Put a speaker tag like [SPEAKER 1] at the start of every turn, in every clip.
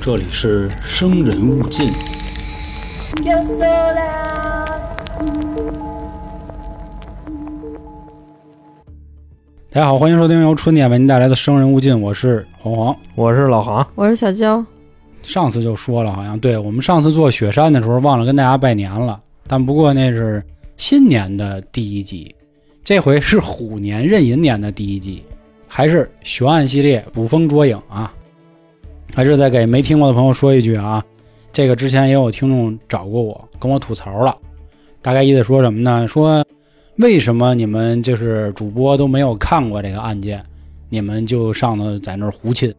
[SPEAKER 1] 这里是生人勿近。
[SPEAKER 2] Yo sola,
[SPEAKER 1] 大家好，欢迎收听由春点为您带来的《生人勿近》，我是黄黄。
[SPEAKER 3] 我是老航，
[SPEAKER 4] 我是小娇，
[SPEAKER 1] 上次就说了，好像对我们上次做雪山的时候忘了跟大家拜年了，但不过那是新年的第一集，这回是虎年壬寅年的第一集，还是悬案系列捕风捉影啊！还是再给没听过的朋友说一句啊，这个之前也有听众找过我，跟我吐槽了，大概意思说什么呢？说为什么你们就是主播都没有看过这个案件，你们就上头在那儿胡沁？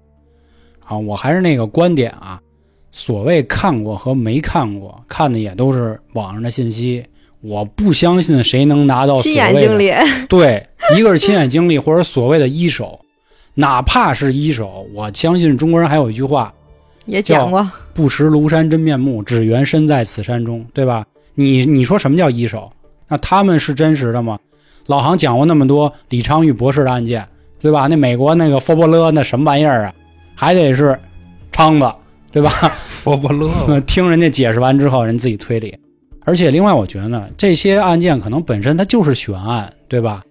[SPEAKER 1] 啊，我还是那个观点啊，所谓看过和没看过，看的也都是网上的信息。我不相信谁能拿到所
[SPEAKER 4] 亲
[SPEAKER 1] 谓的
[SPEAKER 4] 眼经历，
[SPEAKER 1] 对，一个是亲眼经历，或者所谓的一手，哪怕是一手，我相信中国人还有一句话
[SPEAKER 4] 也讲过，
[SPEAKER 1] “不识庐山真面目，只缘身在此山中”，对吧？你你说什么叫一手？那他们是真实的吗？老航讲过那么多李昌钰博士的案件，对吧？那美国那个佛伯勒那什么玩意儿啊？还得是昌子，对吧？
[SPEAKER 3] 佛不乐
[SPEAKER 1] 听人家解释完之后，人自己推理。而且，另外我觉得呢，这些案件可能本身它就是悬案，对吧？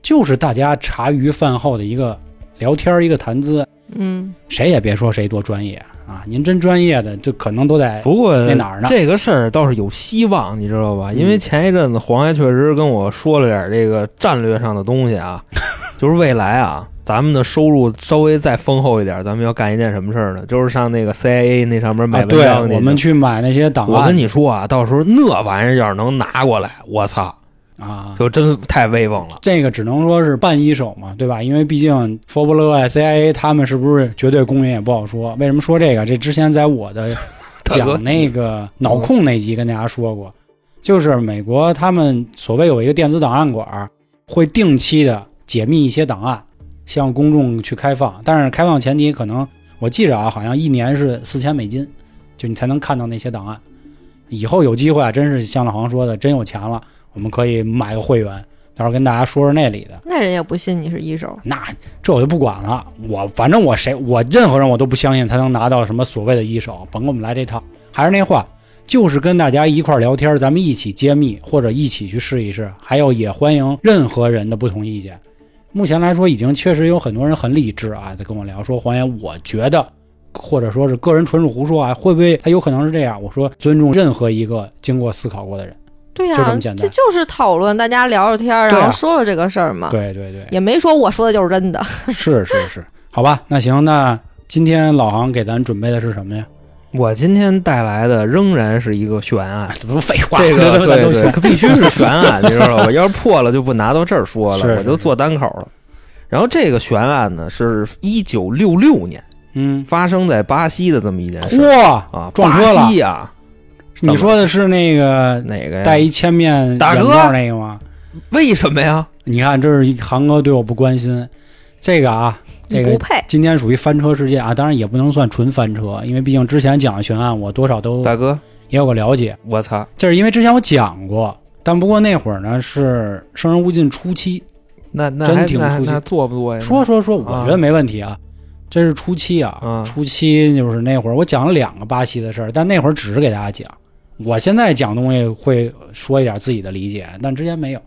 [SPEAKER 1] 就是大家茶余饭后的一个聊天儿，一个谈资，
[SPEAKER 4] 嗯，
[SPEAKER 1] 谁也别说谁多专业啊！您真专业的，就可能都得
[SPEAKER 3] 不过
[SPEAKER 1] 那哪儿呢
[SPEAKER 3] 这个事儿倒是有希望，你知道吧？
[SPEAKER 1] 嗯
[SPEAKER 3] 因为前一阵子黄爷确实跟我说了点这个战略上的东西 啊，就是未来啊，咱们的收入稍微再丰厚一点，咱们要干一件什么事儿呢？就是上那个 CIA 那上面
[SPEAKER 1] 啊
[SPEAKER 3] 买文
[SPEAKER 1] 对
[SPEAKER 3] 章，去。
[SPEAKER 1] 我们去买那些档
[SPEAKER 3] 我
[SPEAKER 1] 案
[SPEAKER 3] 跟你说啊，到时候那玩意儿要是能拿过来，我操，
[SPEAKER 1] 啊，
[SPEAKER 3] 就真太威风了。
[SPEAKER 1] 这个只能说是半一手嘛，对吧？因为毕竟佛伯勒啊、CIA 他们是不是绝对公允也不好说。为什么说这个？这之前在我 的
[SPEAKER 3] 大哥
[SPEAKER 1] 讲那个脑控那集跟大家说过，就是美国他们所谓有一个电子档案馆儿，会定期的解密一些档案，向公众去开放。但是开放前提可能我记着啊，好像一年是四千美金，就你才能看到那些档案。以后有机会啊，真是像老黄说的，真有钱了，我们可以买个会员，到时候跟大家说说那里的。
[SPEAKER 4] 那人也不信你是一手，
[SPEAKER 1] 那这我就不管了，我反正我谁我任何人我都不相信他能拿到什么所谓的一手，甭给我们来这套。还是那话，就是跟大家一块儿聊天，咱们一起揭秘或者一起去试一试。还有也欢迎任何人的不同意见。目前来说，已经确实有很多人很理智啊，在跟我聊说黄岩，我觉得或者说是个人纯属胡说啊，会不会他有可能是这样？我说尊重任何一个经过思考过的人。
[SPEAKER 4] 对呀、
[SPEAKER 1] 就这么简单
[SPEAKER 4] 这就是讨论，大家聊聊天儿，
[SPEAKER 1] 对啊
[SPEAKER 4] 然后说了这个事儿嘛，
[SPEAKER 1] 对对对，
[SPEAKER 4] 也没说我说的就是真的，
[SPEAKER 1] 是是是，好吧，那行，那今天老航给咱准备的是什么呀？
[SPEAKER 3] 我今天带来的仍然是一个悬案，
[SPEAKER 1] 这不是废话，
[SPEAKER 3] 这个
[SPEAKER 1] 咱都
[SPEAKER 3] 对对，可必须是悬案，你知道吧？我要是破了就不拿到这儿说
[SPEAKER 1] 是
[SPEAKER 3] 了，我
[SPEAKER 1] 是
[SPEAKER 3] 就做单口了。然后这个悬案呢，是一九六六年
[SPEAKER 1] 嗯，
[SPEAKER 3] 发生在巴西的这么一件事
[SPEAKER 1] 嚯，
[SPEAKER 3] 啊，
[SPEAKER 1] 撞车了
[SPEAKER 3] 巴西啊，
[SPEAKER 1] 你说的是那个
[SPEAKER 3] 哪个呀？
[SPEAKER 1] 戴一千面
[SPEAKER 3] 大哥
[SPEAKER 1] 眼罩那个吗？
[SPEAKER 3] 为什么呀？
[SPEAKER 1] 哎你看，这是航哥对我不关心，这个啊，这
[SPEAKER 4] 你
[SPEAKER 1] 个
[SPEAKER 4] 不配。
[SPEAKER 1] 今天属于翻车事件啊，当然也不能算纯翻车，因为毕竟之前讲的悬案，我多少都
[SPEAKER 3] 大哥，
[SPEAKER 1] 也有个了解。
[SPEAKER 3] 我操，
[SPEAKER 1] 就是因为之前我讲过，但不过那会儿呢是《生人勿近》初期，
[SPEAKER 3] 那那
[SPEAKER 1] 真
[SPEAKER 3] 还
[SPEAKER 1] 挺
[SPEAKER 3] 那
[SPEAKER 1] 出息
[SPEAKER 3] 那做不做呀？
[SPEAKER 1] 说说说，我
[SPEAKER 3] 啊
[SPEAKER 1] 觉得没问题啊。这是初期啊，
[SPEAKER 3] 啊
[SPEAKER 1] 初期就是那会儿我讲了两个巴西的事儿，但那会儿只是给大家讲。我现在讲东西会说一点自己的理解，但之前没有。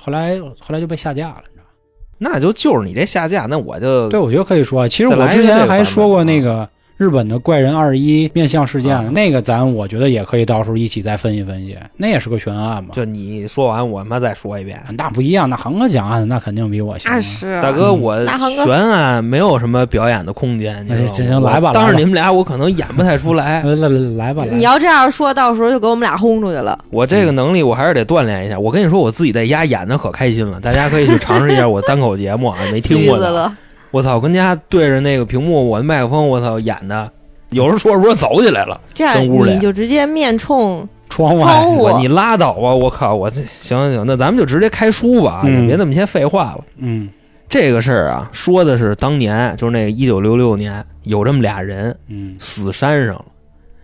[SPEAKER 1] 后来后来就被下架了，你知道吗？
[SPEAKER 3] 那就就是你这下架，那我就
[SPEAKER 1] 对，我觉得可以说啊。其实
[SPEAKER 3] 再
[SPEAKER 1] 我
[SPEAKER 3] 来一
[SPEAKER 1] 之
[SPEAKER 3] 个这
[SPEAKER 1] 前
[SPEAKER 3] 个版
[SPEAKER 1] 还
[SPEAKER 3] 本
[SPEAKER 1] 说过
[SPEAKER 3] 啊
[SPEAKER 1] 那个日本的怪人二一面相事件，
[SPEAKER 3] 啊
[SPEAKER 1] 那个咱我觉得也可以到时候一起再分析分析，那也是个悬案嘛。嗯
[SPEAKER 3] 就你说完，我他妈再说一遍。
[SPEAKER 1] 那不一样，那航哥讲案那肯定比我行啊。
[SPEAKER 4] 那是
[SPEAKER 3] 大哥，
[SPEAKER 1] 嗯
[SPEAKER 3] 我
[SPEAKER 4] 大航哥
[SPEAKER 3] 悬案没有什么表演的空间，你知道吗
[SPEAKER 1] 行哎行来吧
[SPEAKER 3] 我当
[SPEAKER 1] 来
[SPEAKER 3] 着
[SPEAKER 1] 吧
[SPEAKER 3] 你们俩，我可能演不太 出来。
[SPEAKER 1] 来来来吧，来
[SPEAKER 4] 你要这样说，到时候就给我们俩轰出去了。
[SPEAKER 3] 我这
[SPEAKER 1] 嗯
[SPEAKER 3] 个能力我还是得锻炼一下。我跟你说，我自己在家演的可开心了，大家可以去尝试一下我单口节目啊，没听
[SPEAKER 4] 气
[SPEAKER 3] 过
[SPEAKER 4] 死
[SPEAKER 3] 的。
[SPEAKER 4] 了，
[SPEAKER 3] 我操，跟家对着那个屏幕，我的麦克风，我操演的，有人说着说着走起来了，
[SPEAKER 4] 这样
[SPEAKER 3] 跟屋里
[SPEAKER 4] 你就直接面冲
[SPEAKER 1] 窗外
[SPEAKER 4] 窗户
[SPEAKER 3] 我，你拉倒吧，我靠，我这行行行，那咱们就直接开书吧，
[SPEAKER 1] 嗯
[SPEAKER 3] 也别那么些废话了。
[SPEAKER 1] 嗯
[SPEAKER 3] 这个事儿啊，说的是当年，就是那个一九六六年，有这么俩人
[SPEAKER 1] 嗯
[SPEAKER 3] 死山上了，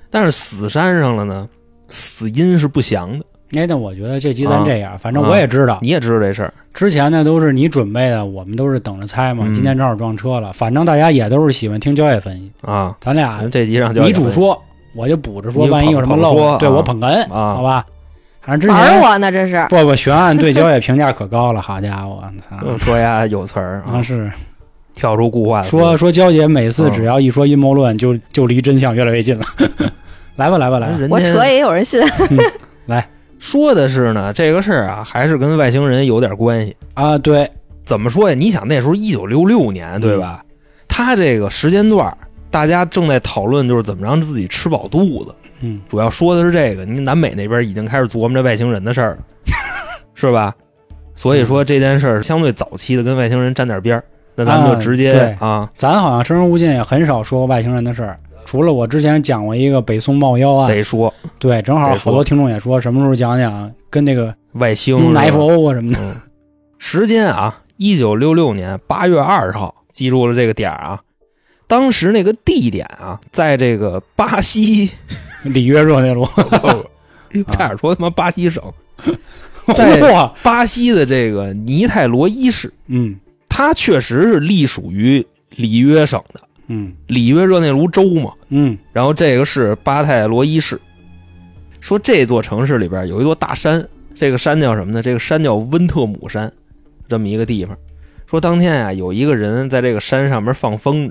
[SPEAKER 3] 但是死山上了呢，死因是不详的。
[SPEAKER 1] 哎，那我觉得这集咱
[SPEAKER 3] 啊
[SPEAKER 1] 这样，反正我也知道，
[SPEAKER 3] 你也知道这事儿，
[SPEAKER 1] 之前呢都是你准备的，我们都是等着猜嘛。
[SPEAKER 3] 嗯
[SPEAKER 1] 今天正好撞车了，反正大家也都是喜欢听交易分析，
[SPEAKER 3] 啊，
[SPEAKER 1] 咱俩
[SPEAKER 3] 这集上就
[SPEAKER 1] 你主说，我就补着说，
[SPEAKER 3] 你
[SPEAKER 1] 万一
[SPEAKER 3] 捧
[SPEAKER 1] 有什么
[SPEAKER 3] 捧
[SPEAKER 1] 漏
[SPEAKER 3] 说
[SPEAKER 1] 了，对
[SPEAKER 3] 啊
[SPEAKER 1] 我捧哏，
[SPEAKER 3] 啊
[SPEAKER 1] 好吧？反正之
[SPEAKER 4] 玩
[SPEAKER 1] 前
[SPEAKER 4] 我呢，这是
[SPEAKER 1] 不不，悬案对交易评价可高了，好家伙，操！
[SPEAKER 3] 说呀有词儿
[SPEAKER 1] 啊
[SPEAKER 3] 啊，
[SPEAKER 1] 是
[SPEAKER 3] 跳出固化的
[SPEAKER 1] 说说娇姐每次
[SPEAKER 3] 嗯
[SPEAKER 1] 只要一说阴谋论，就就离真相越来越近了。 来吧来吧来吧，
[SPEAKER 3] 人
[SPEAKER 4] 我扯
[SPEAKER 3] 家
[SPEAKER 4] 也有人信，
[SPEAKER 3] 说的是呢，这个事儿啊，还是跟外星人有点关系。
[SPEAKER 1] 啊，对，
[SPEAKER 3] 怎么说呀？你想那时候一九六六年，对吧？
[SPEAKER 1] 嗯
[SPEAKER 3] 他这个时间段儿，大家正在讨论就是怎么让自己吃饱肚子，
[SPEAKER 1] 嗯
[SPEAKER 3] 主要说的是这个。你南美那边已经开始琢磨这外星人的 事儿了，是吧？所以说
[SPEAKER 1] 嗯
[SPEAKER 3] 这件事儿相对早期的，跟外星人沾点边儿。那咱们就直接
[SPEAKER 1] 啊
[SPEAKER 3] 啊，
[SPEAKER 1] 咱好像生人勿近也很少说过外星人的事儿，除了我之前讲过一个北宋冒妖案，
[SPEAKER 3] 得说
[SPEAKER 1] 对，正好
[SPEAKER 3] 得
[SPEAKER 1] 好
[SPEAKER 3] 说
[SPEAKER 1] 多听众也说什么时候讲讲跟那个
[SPEAKER 3] 外星
[SPEAKER 1] 嗯
[SPEAKER 3] 是吧
[SPEAKER 1] 奶佛欧啊什么的，
[SPEAKER 3] 嗯，时间啊，一九六六年八月二十号，记住了这个点儿啊。当时那个地点啊，在这个巴西，
[SPEAKER 1] 里约热内卢，
[SPEAKER 3] 差点说他妈巴西省， 在
[SPEAKER 1] 嚯，
[SPEAKER 3] 巴西的这个尼泰罗伊市，
[SPEAKER 1] 嗯
[SPEAKER 3] 它确实是隶属于里约省的，
[SPEAKER 1] 嗯
[SPEAKER 3] 里约热内卢州嘛。
[SPEAKER 1] 嗯
[SPEAKER 3] 然后这个是巴泰罗伊市，说这座城市里边有一座大山，这个山叫什么呢？这个山叫温特姆山，这么一个地方。说当天啊，有一个人在这个山上面放风筝，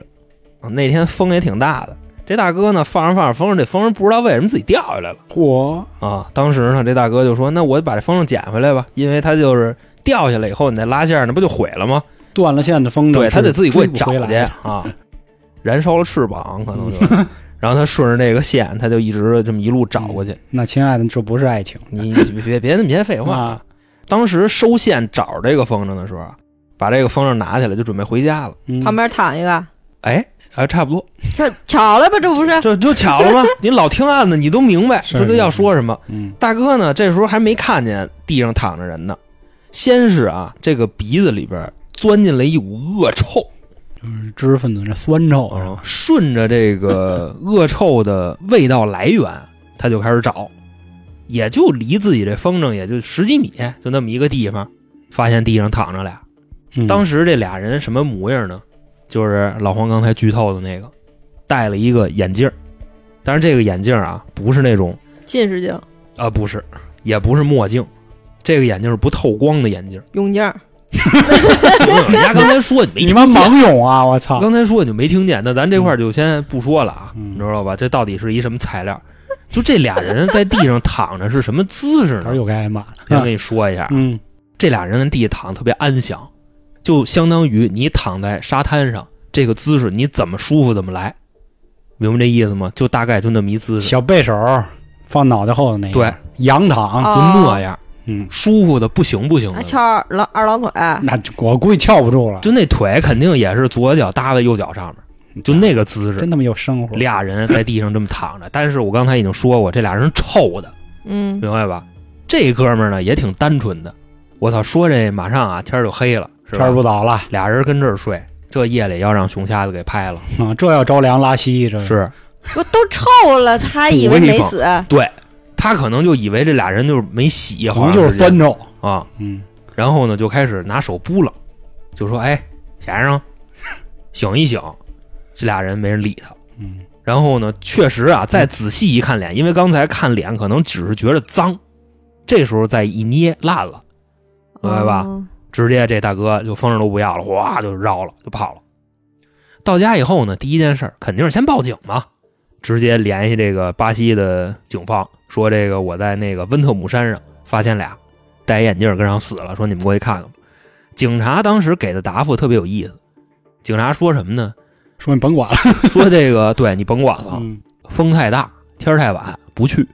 [SPEAKER 3] 啊，那天风也挺大的。这大哥呢，放着放着风筝，这风筝不知道为什么自己掉下来了
[SPEAKER 1] 嚯，
[SPEAKER 3] 啊。当时呢，这大哥就说：“那我把这风筝捡回来吧，因为它就是掉下来以后，你再拉线儿，那不就毁了吗？
[SPEAKER 1] 断了线的风筝，
[SPEAKER 3] 对他得自己过
[SPEAKER 1] 过
[SPEAKER 3] 去找去
[SPEAKER 1] 来，
[SPEAKER 3] 啊， 燃烧了翅膀可能就， 然后他顺着那个线，他就一直这么一路找过 去。
[SPEAKER 1] 那亲爱的，这不是爱情
[SPEAKER 3] 你你别别别废话！
[SPEAKER 1] 啊，
[SPEAKER 3] 当时收线找这个风筝的时候啊，把这个风筝拿起来就准备回家了。
[SPEAKER 1] 嗯
[SPEAKER 4] 旁边躺一个，
[SPEAKER 3] 哎，还差不多，
[SPEAKER 4] 这巧了吧？这不是
[SPEAKER 3] 这就巧 了吗？你老听案子，你都明白
[SPEAKER 1] 是
[SPEAKER 3] 这都要说什么。
[SPEAKER 1] 嗯
[SPEAKER 3] 大哥呢，这时候还没看见地上躺着人呢，先是啊，这个鼻子里边钻进了一股恶臭，
[SPEAKER 1] 就是知识分子这酸臭啊
[SPEAKER 3] 哦
[SPEAKER 1] 是吧，
[SPEAKER 3] 顺着 这个恶臭的味道来源，他就开始找，也就离自己这风筝也就十几米，就那么一个地方，发现地上躺着俩。
[SPEAKER 1] 嗯
[SPEAKER 3] 当时这俩人什么模样呢？就是老黄刚才剧透的那个，戴了一个眼镜儿，但是这个眼镜儿啊，不是那种
[SPEAKER 4] 近视镜、
[SPEAKER 3] 啊、不是，也不是墨镜，这个眼镜儿是不透光的 眼镜儿。
[SPEAKER 4] 泳镜，
[SPEAKER 3] 人家刚才说你没
[SPEAKER 1] 你
[SPEAKER 3] 听
[SPEAKER 1] 妈
[SPEAKER 3] 见
[SPEAKER 1] 盲泳啊，我操，
[SPEAKER 3] 刚才说你就没听见，那咱这块儿就先不说了啊，
[SPEAKER 1] 嗯
[SPEAKER 3] 你知道吧？这到底是一什么材料？ 就这俩人在地上躺着是什么姿势
[SPEAKER 1] 到时
[SPEAKER 3] 呢
[SPEAKER 1] 候？又该挨骂了，
[SPEAKER 3] 先跟你说一下，
[SPEAKER 1] 嗯
[SPEAKER 3] 这俩人在地下躺得特别安详，就相当于你躺在沙滩上，这个姿势你怎么舒服怎么来，明白这意思吗？就大概就那么一姿势，
[SPEAKER 1] 小背手放脑袋后头那一
[SPEAKER 3] 对
[SPEAKER 1] 个，仰躺，
[SPEAKER 4] 哦
[SPEAKER 3] 就那样，
[SPEAKER 1] 嗯，
[SPEAKER 3] 舒服的不行不行
[SPEAKER 4] 啊
[SPEAKER 3] 的，
[SPEAKER 4] 翘二郎二郎腿，
[SPEAKER 1] 那就我估计翘不住了，
[SPEAKER 3] 就那腿肯定也是左脚搭在右脚上面，就那个姿
[SPEAKER 1] 嗯
[SPEAKER 3] 势
[SPEAKER 1] 真。他妈有生活，
[SPEAKER 3] 俩人在地上这么躺着，但是我刚才已经说过，这俩人是臭的，
[SPEAKER 4] 嗯，
[SPEAKER 3] 明白吧？这哥们儿呢也挺单纯的，我操，说这马上啊天儿就黑了，是
[SPEAKER 1] 天
[SPEAKER 3] 吧
[SPEAKER 1] 儿？不早了
[SPEAKER 3] 俩人跟这儿睡，这夜里要让熊瞎子给拍了，
[SPEAKER 1] 啊，这要着凉拉稀，这
[SPEAKER 3] 是
[SPEAKER 4] 我都臭了，他以为没死，
[SPEAKER 3] 对他可能就以为这俩人就是没洗，
[SPEAKER 1] 可
[SPEAKER 3] 好
[SPEAKER 1] 能
[SPEAKER 3] 像
[SPEAKER 1] 就是
[SPEAKER 3] 这
[SPEAKER 1] 酸臭，
[SPEAKER 3] 啊，
[SPEAKER 1] 嗯
[SPEAKER 3] 然后呢就开始拿手扑棱，就说：“哎，先生， 醒一醒。”这俩人没人理他。
[SPEAKER 1] 嗯
[SPEAKER 3] 然后呢，确实啊，再仔细一看脸，因为刚才看脸可能只是觉得脏，这时候再一捏烂了，明白
[SPEAKER 1] 哦
[SPEAKER 3] 吧？
[SPEAKER 4] 嗯
[SPEAKER 3] 直接这大哥就风筝都不要了，哗就绕了，就跑了。到家以后呢，第一件事儿肯定是先报警嘛，直接联系这个巴西的警方，说这个我在那个温特姆山上发现俩戴眼镜儿跟上死了，说你们过去看看吧。警察当时给的答复特别有意思，警察说什么呢？
[SPEAKER 1] 说你甭管了，
[SPEAKER 3] 说这个对你甭管了，
[SPEAKER 1] 嗯
[SPEAKER 3] 风太大，天儿太晚，不去，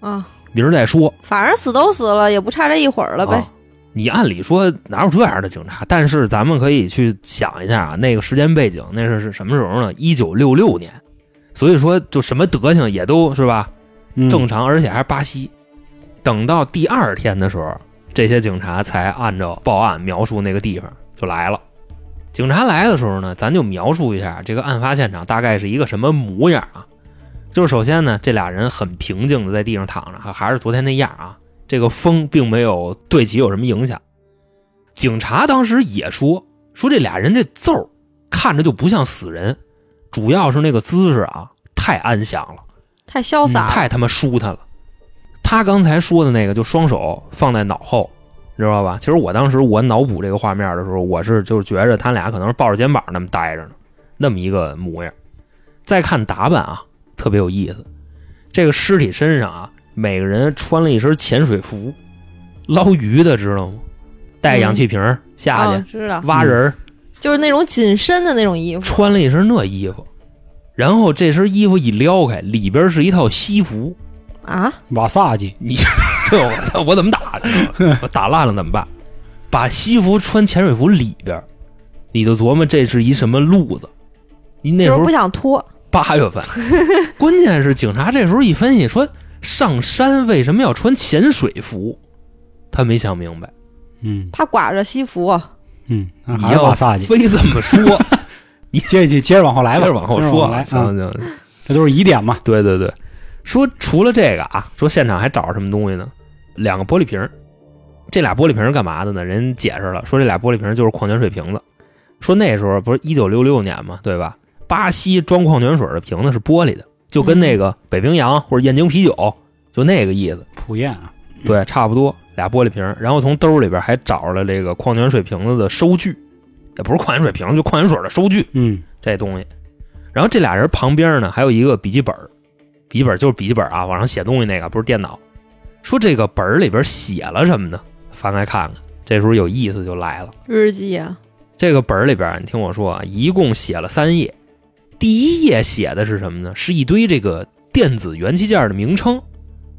[SPEAKER 4] 啊，
[SPEAKER 3] 明儿再说
[SPEAKER 4] 反正死都死了，也不差这一会儿了呗
[SPEAKER 3] 啊。。你按理说哪有这样的警察？但是咱们可以去想一下啊，那个时间背景那是是什么时候呢？一九六六年，所以说就什么德行也都是吧
[SPEAKER 1] 嗯
[SPEAKER 3] 正常，而且还是巴西。等到第二天的时候，这些警察才按照报案描述那个地方就来了。警察来的时候呢，咱就描述一下这个案发现场大概是一个什么模样啊？就是首先呢，这俩人很平静的在地上躺着，还还是昨天那样啊，这个风并没有对其有什么影响。警察当时也说说这俩人这揍儿看着就不像死人，主要是那个姿势啊太安详了，
[SPEAKER 4] 太潇洒了，
[SPEAKER 3] 嗯太他妈舒坦了。他刚才说的那个，就双手放在脑后，你知道吧？其实我当时我脑补这个画面的时候，我是就是觉着他俩可能是抱着肩膀那么待着呢，那么一个模样。再看打扮啊，特别有意思。这个尸体身上啊，每个人穿了一身潜水服，捞鱼的知道吗？带氧气瓶儿下去、
[SPEAKER 4] 嗯知道，
[SPEAKER 3] 挖人儿，
[SPEAKER 4] 就是那种紧身的那种衣服，
[SPEAKER 3] 穿了一身那衣服，然后这身衣服一撩开，里边是一套西服。
[SPEAKER 4] 啊，
[SPEAKER 1] 瓦萨基，
[SPEAKER 3] 你 这我我怎么打的？我打烂了怎么办？把西服穿潜水服里边儿，你就琢磨这是一什么路子。你那时
[SPEAKER 4] 就
[SPEAKER 3] 候
[SPEAKER 4] 是不想脱，
[SPEAKER 3] 八月份， 关键是警察这时候一分析说，上山为什么要穿潜水服？他没想 明白。
[SPEAKER 1] 嗯
[SPEAKER 4] 怕刮着西服。啊
[SPEAKER 1] 嗯，那
[SPEAKER 3] 你
[SPEAKER 1] 还是
[SPEAKER 3] 要
[SPEAKER 1] 瓦萨基。
[SPEAKER 3] 非这么说，
[SPEAKER 1] 接接接着往后 来吧，
[SPEAKER 3] 接着往后
[SPEAKER 1] 接着
[SPEAKER 3] 说
[SPEAKER 1] 来
[SPEAKER 3] 啊，
[SPEAKER 1] 啊，
[SPEAKER 3] 行行，
[SPEAKER 1] 这都是疑点嘛。
[SPEAKER 3] 对对对，说除了这个啊，说现场还找着什么东西呢？两个玻璃瓶儿，这俩玻璃瓶儿是干嘛的呢？人解释了，说这俩玻璃瓶儿就是矿泉水瓶子。说那时候不是一九六六年嘛，对吧？巴西装矿泉水的瓶子是玻璃的，就跟那个北冰洋或者燕京啤酒就那个意思，
[SPEAKER 1] 普宴啊，
[SPEAKER 3] 对，差不多俩玻璃瓶儿。然后从兜里边还找着了这个矿泉水瓶子的收据，也不是矿泉水瓶子，就矿泉水的收据。
[SPEAKER 1] 嗯
[SPEAKER 3] 这东西。然后这俩人旁边呢还有一个笔记本儿，笔记本就是笔记本啊，往上写东西那个，不是电脑。说这个本儿里边写了什么呢？翻开看看，这时候有意思就来了。
[SPEAKER 4] 日记啊，
[SPEAKER 3] 这个本儿里边，你听我说啊，一共写了三页。第一页写的是什么呢？是一堆这个电子元器件的名称，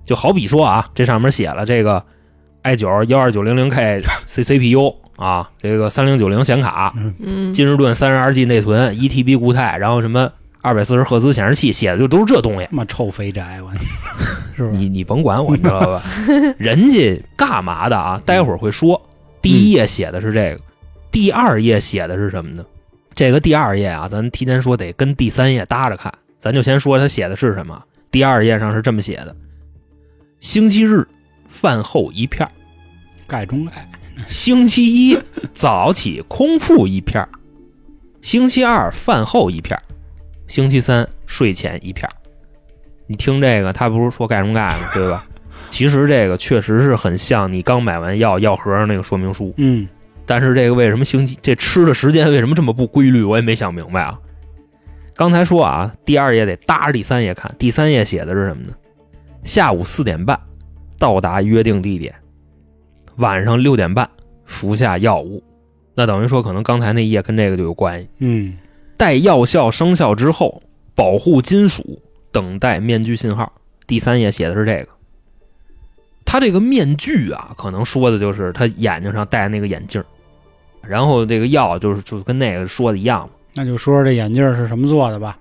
[SPEAKER 3] 就好比说啊，这上面写了这个 i 九幺二九零零 K C C P U 啊，这个三零九零显卡，
[SPEAKER 4] 嗯，
[SPEAKER 3] 金士顿三十二 G 内存，一 TB 固态，然后什么二百四十赫兹显示器，写的就都是这东西。
[SPEAKER 1] 他妈臭肥宅， 我是不是？
[SPEAKER 3] 你你甭管我，你知道吧？人家干嘛的啊？待会儿会说。第一页写的是这个，第二页写的是什么呢？这个第二页啊，咱提前说得跟第三页搭着看，咱就先说他写的是什么。第二页上是这么写的：星期日饭后一片儿，
[SPEAKER 1] 盖中盖，
[SPEAKER 3] 星期一早起空腹一片儿，星期二饭后一片儿，星期三睡前一片儿。你听这个，他不是说盖什么盖吗？对吧？其实这个确实是很像你刚买完药药盒上那个说明书，
[SPEAKER 1] 嗯，
[SPEAKER 3] 但是这个为什么星期这吃的时间 为什么这么不规律，我也没想明白啊。刚才说啊，第二页得搭着第三页看，第三页写的是什么呢？下午四点半到达约定地点，晚上六点半服下药物。那等于说，可能刚才那一页跟这个就有关系。
[SPEAKER 1] 嗯，
[SPEAKER 3] 待药效生效之后，保护金属，等待面具信号。第三页写的是这个。他这个面具啊，可能说的就是他眼睛上戴那个眼镜儿然后这个药就是就是跟那个说的一样嘛。
[SPEAKER 1] 那就说说这眼镜儿是什么做的吧。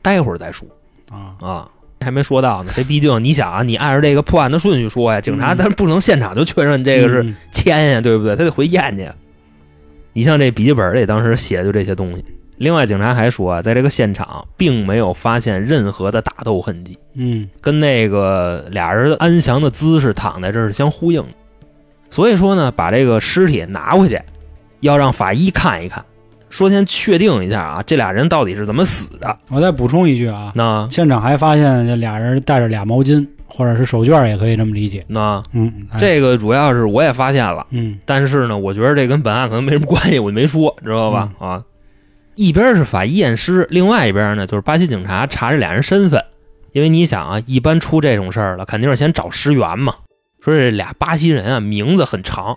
[SPEAKER 3] 待会儿再说
[SPEAKER 1] 啊，
[SPEAKER 3] 啊，还没说到呢。这毕竟你想啊，你按照这个破案的顺序说呀，警察
[SPEAKER 1] 嗯
[SPEAKER 3] 咱不能现场就确认这个是
[SPEAKER 1] 嗯
[SPEAKER 3] 签呀，对不对？他得回验去。你像这笔记本里当时写的就这些东西。另外，警察还说啊，在这个现场并没有发现任何的打斗痕迹，
[SPEAKER 1] 嗯
[SPEAKER 3] 跟那个俩人安详的姿势躺在这儿是相呼应的。所以说呢，把这个尸体拿回去，要让法医看一看，说先确定一下啊，这俩人到底是怎么死的。
[SPEAKER 1] 我再补充一句
[SPEAKER 3] 嗯
[SPEAKER 1] 啊，
[SPEAKER 3] 那
[SPEAKER 1] 现场还发现这俩人带着俩毛巾或者是手绢儿，也可以这么理解。
[SPEAKER 3] 那
[SPEAKER 1] 嗯，哎
[SPEAKER 3] 这个主要是我也发现了。
[SPEAKER 1] 嗯
[SPEAKER 3] 但是呢，我觉得这跟本案可能没什么关系，我就没说，知道吧？啊，一边是法医验尸，另外一边呢就是巴西警察查这俩人身份，因为你想啊，一般出这种事儿了，肯定是先找尸源嘛。说这俩巴西人啊，名字很长，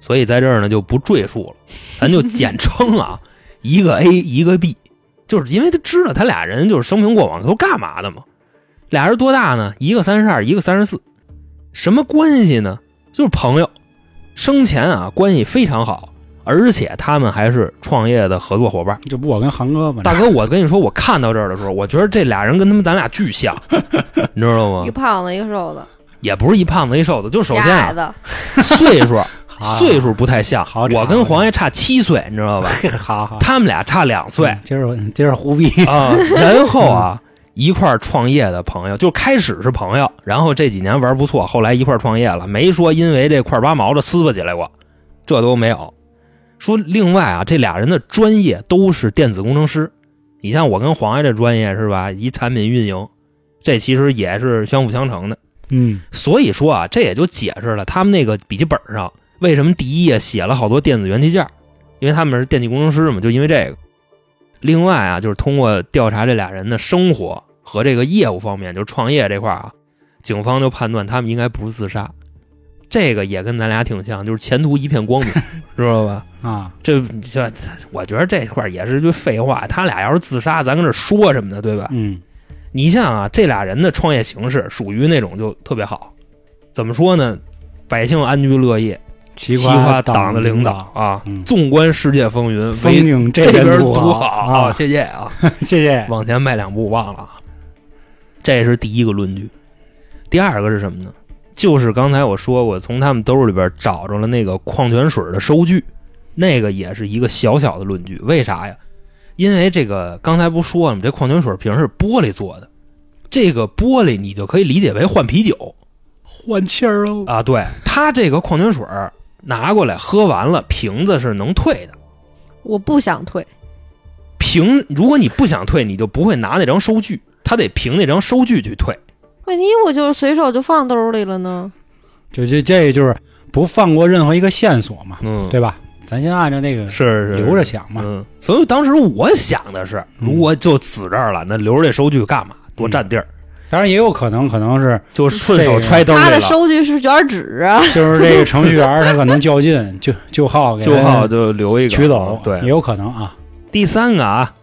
[SPEAKER 3] 所以在这儿呢就不赘述了，咱就简称啊， 一个 A 一个 B，就是因为他知道他俩人就是生平过往都干嘛的嘛。俩人多大呢？一个三十二，一个三十四，什么关系呢？就是朋友。生前啊关系非常好，而且他们还是创业的合作 伙伴。
[SPEAKER 1] 这不我跟韩哥吗？
[SPEAKER 3] 大哥，我跟你说，我看到这儿的时候，我觉得这俩人跟他们咱俩巨像，你知道
[SPEAKER 4] 一
[SPEAKER 3] 吗
[SPEAKER 4] 个？胖子一个瘦子，
[SPEAKER 3] 也不是一胖子一瘦子，就首
[SPEAKER 4] 俩
[SPEAKER 3] 先
[SPEAKER 4] 矮
[SPEAKER 3] 啊，
[SPEAKER 4] 子，
[SPEAKER 3] 岁数啊
[SPEAKER 1] 好
[SPEAKER 3] 岁数不太像，
[SPEAKER 1] 好
[SPEAKER 3] 我跟黄爷差七岁，你知道吧？
[SPEAKER 1] 好好，
[SPEAKER 3] 他们俩差两岁
[SPEAKER 1] 嗯接着接着胡逼。
[SPEAKER 3] 啊。然后啊，一块儿创业的朋友，就开始是朋友，然后这几年玩不错，后来一块儿创业了，没说因为这块儿八毛的撕巴起来过，这都没有。说另外啊，这俩人的专业都是电子工程师，你像我跟黄爷这专业是吧？一产品运营，这其实也是相辅相成的。
[SPEAKER 1] 嗯，
[SPEAKER 3] 所以说啊，这也就解释了他们那个笔记本上为什么第一页写了好多电子元器件儿，因为他们是电气工程师嘛，就因为这个。另外啊，就是通过调查这俩人的生活和这个业务方面，就是创业这块儿啊，警方就判断他们应该不是自杀。这个也跟咱俩挺像，就是前途一片光明，知道吧？
[SPEAKER 1] 啊，
[SPEAKER 3] 这这，我觉得这块儿也是句废话。他俩要是自杀，咱跟这说什么呢？对吧？
[SPEAKER 1] 嗯
[SPEAKER 3] 你像啊，这俩人的创业形式属于那种就特别好，怎么说呢？百姓安居乐业，
[SPEAKER 1] 奇
[SPEAKER 3] 齐
[SPEAKER 1] 夸
[SPEAKER 3] 夸党的领
[SPEAKER 1] 领
[SPEAKER 3] 导，啊
[SPEAKER 1] 嗯，
[SPEAKER 3] 纵观世界风云，
[SPEAKER 1] 风
[SPEAKER 3] 唯
[SPEAKER 1] 景
[SPEAKER 3] 这
[SPEAKER 1] 边
[SPEAKER 3] 边
[SPEAKER 1] 独
[SPEAKER 3] 独
[SPEAKER 1] 好啊，
[SPEAKER 3] 谢谢啊，
[SPEAKER 1] 谢谢。
[SPEAKER 3] 往前迈两步，忘了啊。这是第一个论据，第二个是什么呢？就是刚才我说，我从他们兜里边找着了那个矿泉水的收据，那个也是一个小小的论据。为啥呀？因为这个刚才不说了吗？这矿泉水瓶是玻璃做的，这个玻璃你就可以理解为换啤酒
[SPEAKER 1] 换气儿喽，
[SPEAKER 3] 啊。对，它这个矿泉水拿过来喝完了，瓶子是能退的。
[SPEAKER 4] 我不想退，
[SPEAKER 3] 凭如果你不想退，你就不会拿那张收据，他得凭那张收据去退。
[SPEAKER 4] 万一我就是随手就放兜里了呢？
[SPEAKER 1] 就这这就是不放过任何一个线索嘛，
[SPEAKER 3] 嗯，
[SPEAKER 1] 对吧？咱先按照那个
[SPEAKER 3] 是是
[SPEAKER 1] 留着想嘛，
[SPEAKER 3] 嗯，所以当时我想的是，
[SPEAKER 1] 嗯
[SPEAKER 3] 如果就死这儿了，那留着这收据干嘛？多占地儿，
[SPEAKER 1] 当然也有可能，可能是
[SPEAKER 3] 就顺手揣兜里
[SPEAKER 4] 他的
[SPEAKER 3] 了，
[SPEAKER 4] 收据是卷纸啊，
[SPEAKER 1] 就是这个程序员儿他可能较劲，就就好给
[SPEAKER 3] 就好
[SPEAKER 1] 他
[SPEAKER 3] 就留一个哦
[SPEAKER 1] 取走，
[SPEAKER 3] 对
[SPEAKER 1] 也，有可能啊。
[SPEAKER 3] 第三个啊，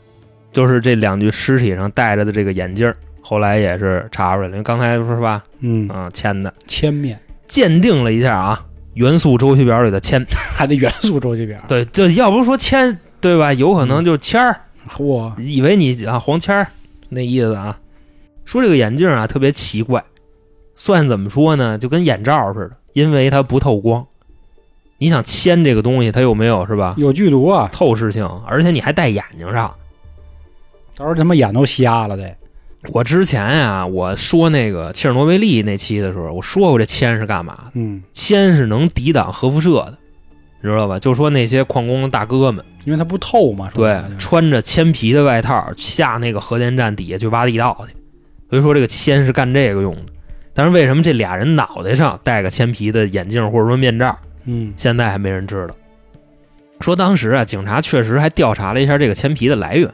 [SPEAKER 3] 就是这两具尸体上戴着的这个眼镜儿，后来也是查出来了，因为刚才说是吧，
[SPEAKER 1] 嗯，
[SPEAKER 3] 啊，铅的
[SPEAKER 1] 铅面，
[SPEAKER 3] 鉴定了一下啊，元素周期表里的铅，
[SPEAKER 1] 还得元素周期表，
[SPEAKER 3] 对，这要不是说铅，对吧？有可
[SPEAKER 1] 嗯
[SPEAKER 3] 能就是铅儿。
[SPEAKER 1] 嚯，
[SPEAKER 3] 以为你啊黄签儿那意思啊。说这个眼镜啊特别奇怪，算怎么说呢？就跟眼罩似的，因为它不透光。你想铅这个东西，它又没有是吧？
[SPEAKER 1] 有剧毒啊！
[SPEAKER 3] 透视性，而且你还戴眼睛上。
[SPEAKER 1] 到时候他妈眼都瞎了得。
[SPEAKER 3] 我之前啊，我说那个切尔诺贝利那期的时候，我说过这铅是干嘛的？
[SPEAKER 1] 嗯，
[SPEAKER 3] 铅是能抵挡核辐射的，你知道吧？就说那些矿工大哥们，
[SPEAKER 1] 因为它不透嘛，说
[SPEAKER 3] 对
[SPEAKER 1] 白，了就是
[SPEAKER 3] 穿着铅皮的外套下那个核电站底下去挖地道去，所以说这个铅是干这个用的。但是为什么这俩人脑袋上戴个铅皮的眼镜或者说面罩，
[SPEAKER 1] 嗯
[SPEAKER 3] 现在还没人知道？说当时啊，警察确实还调查了一下这个铅皮的来源，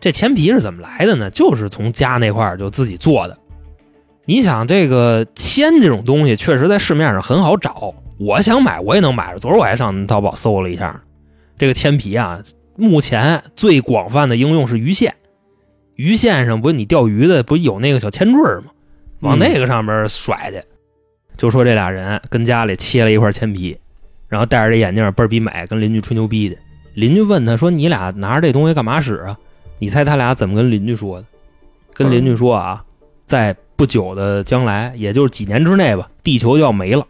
[SPEAKER 3] 这铅皮是怎么来的呢？就是从家那块儿就自己做的。你想这个铅这种东西，确实在市面上很好找，我想买我也能买着。昨儿我还上淘宝搜了一下，这个铅皮啊，目前最广泛的应用是鱼线。鱼线上不是你钓鱼的，不是有那个小铅坠儿吗？往那个上面甩去。就说这俩人跟家里切了一块铅皮，然后戴着这眼镜儿倍儿逼美，跟邻居吹牛逼去。邻居问他说：“你俩拿着这东西干嘛使啊？”你猜他俩怎么跟邻居说的？跟邻居说啊，在不久的将来，也就是几年之内吧，地球就要没了，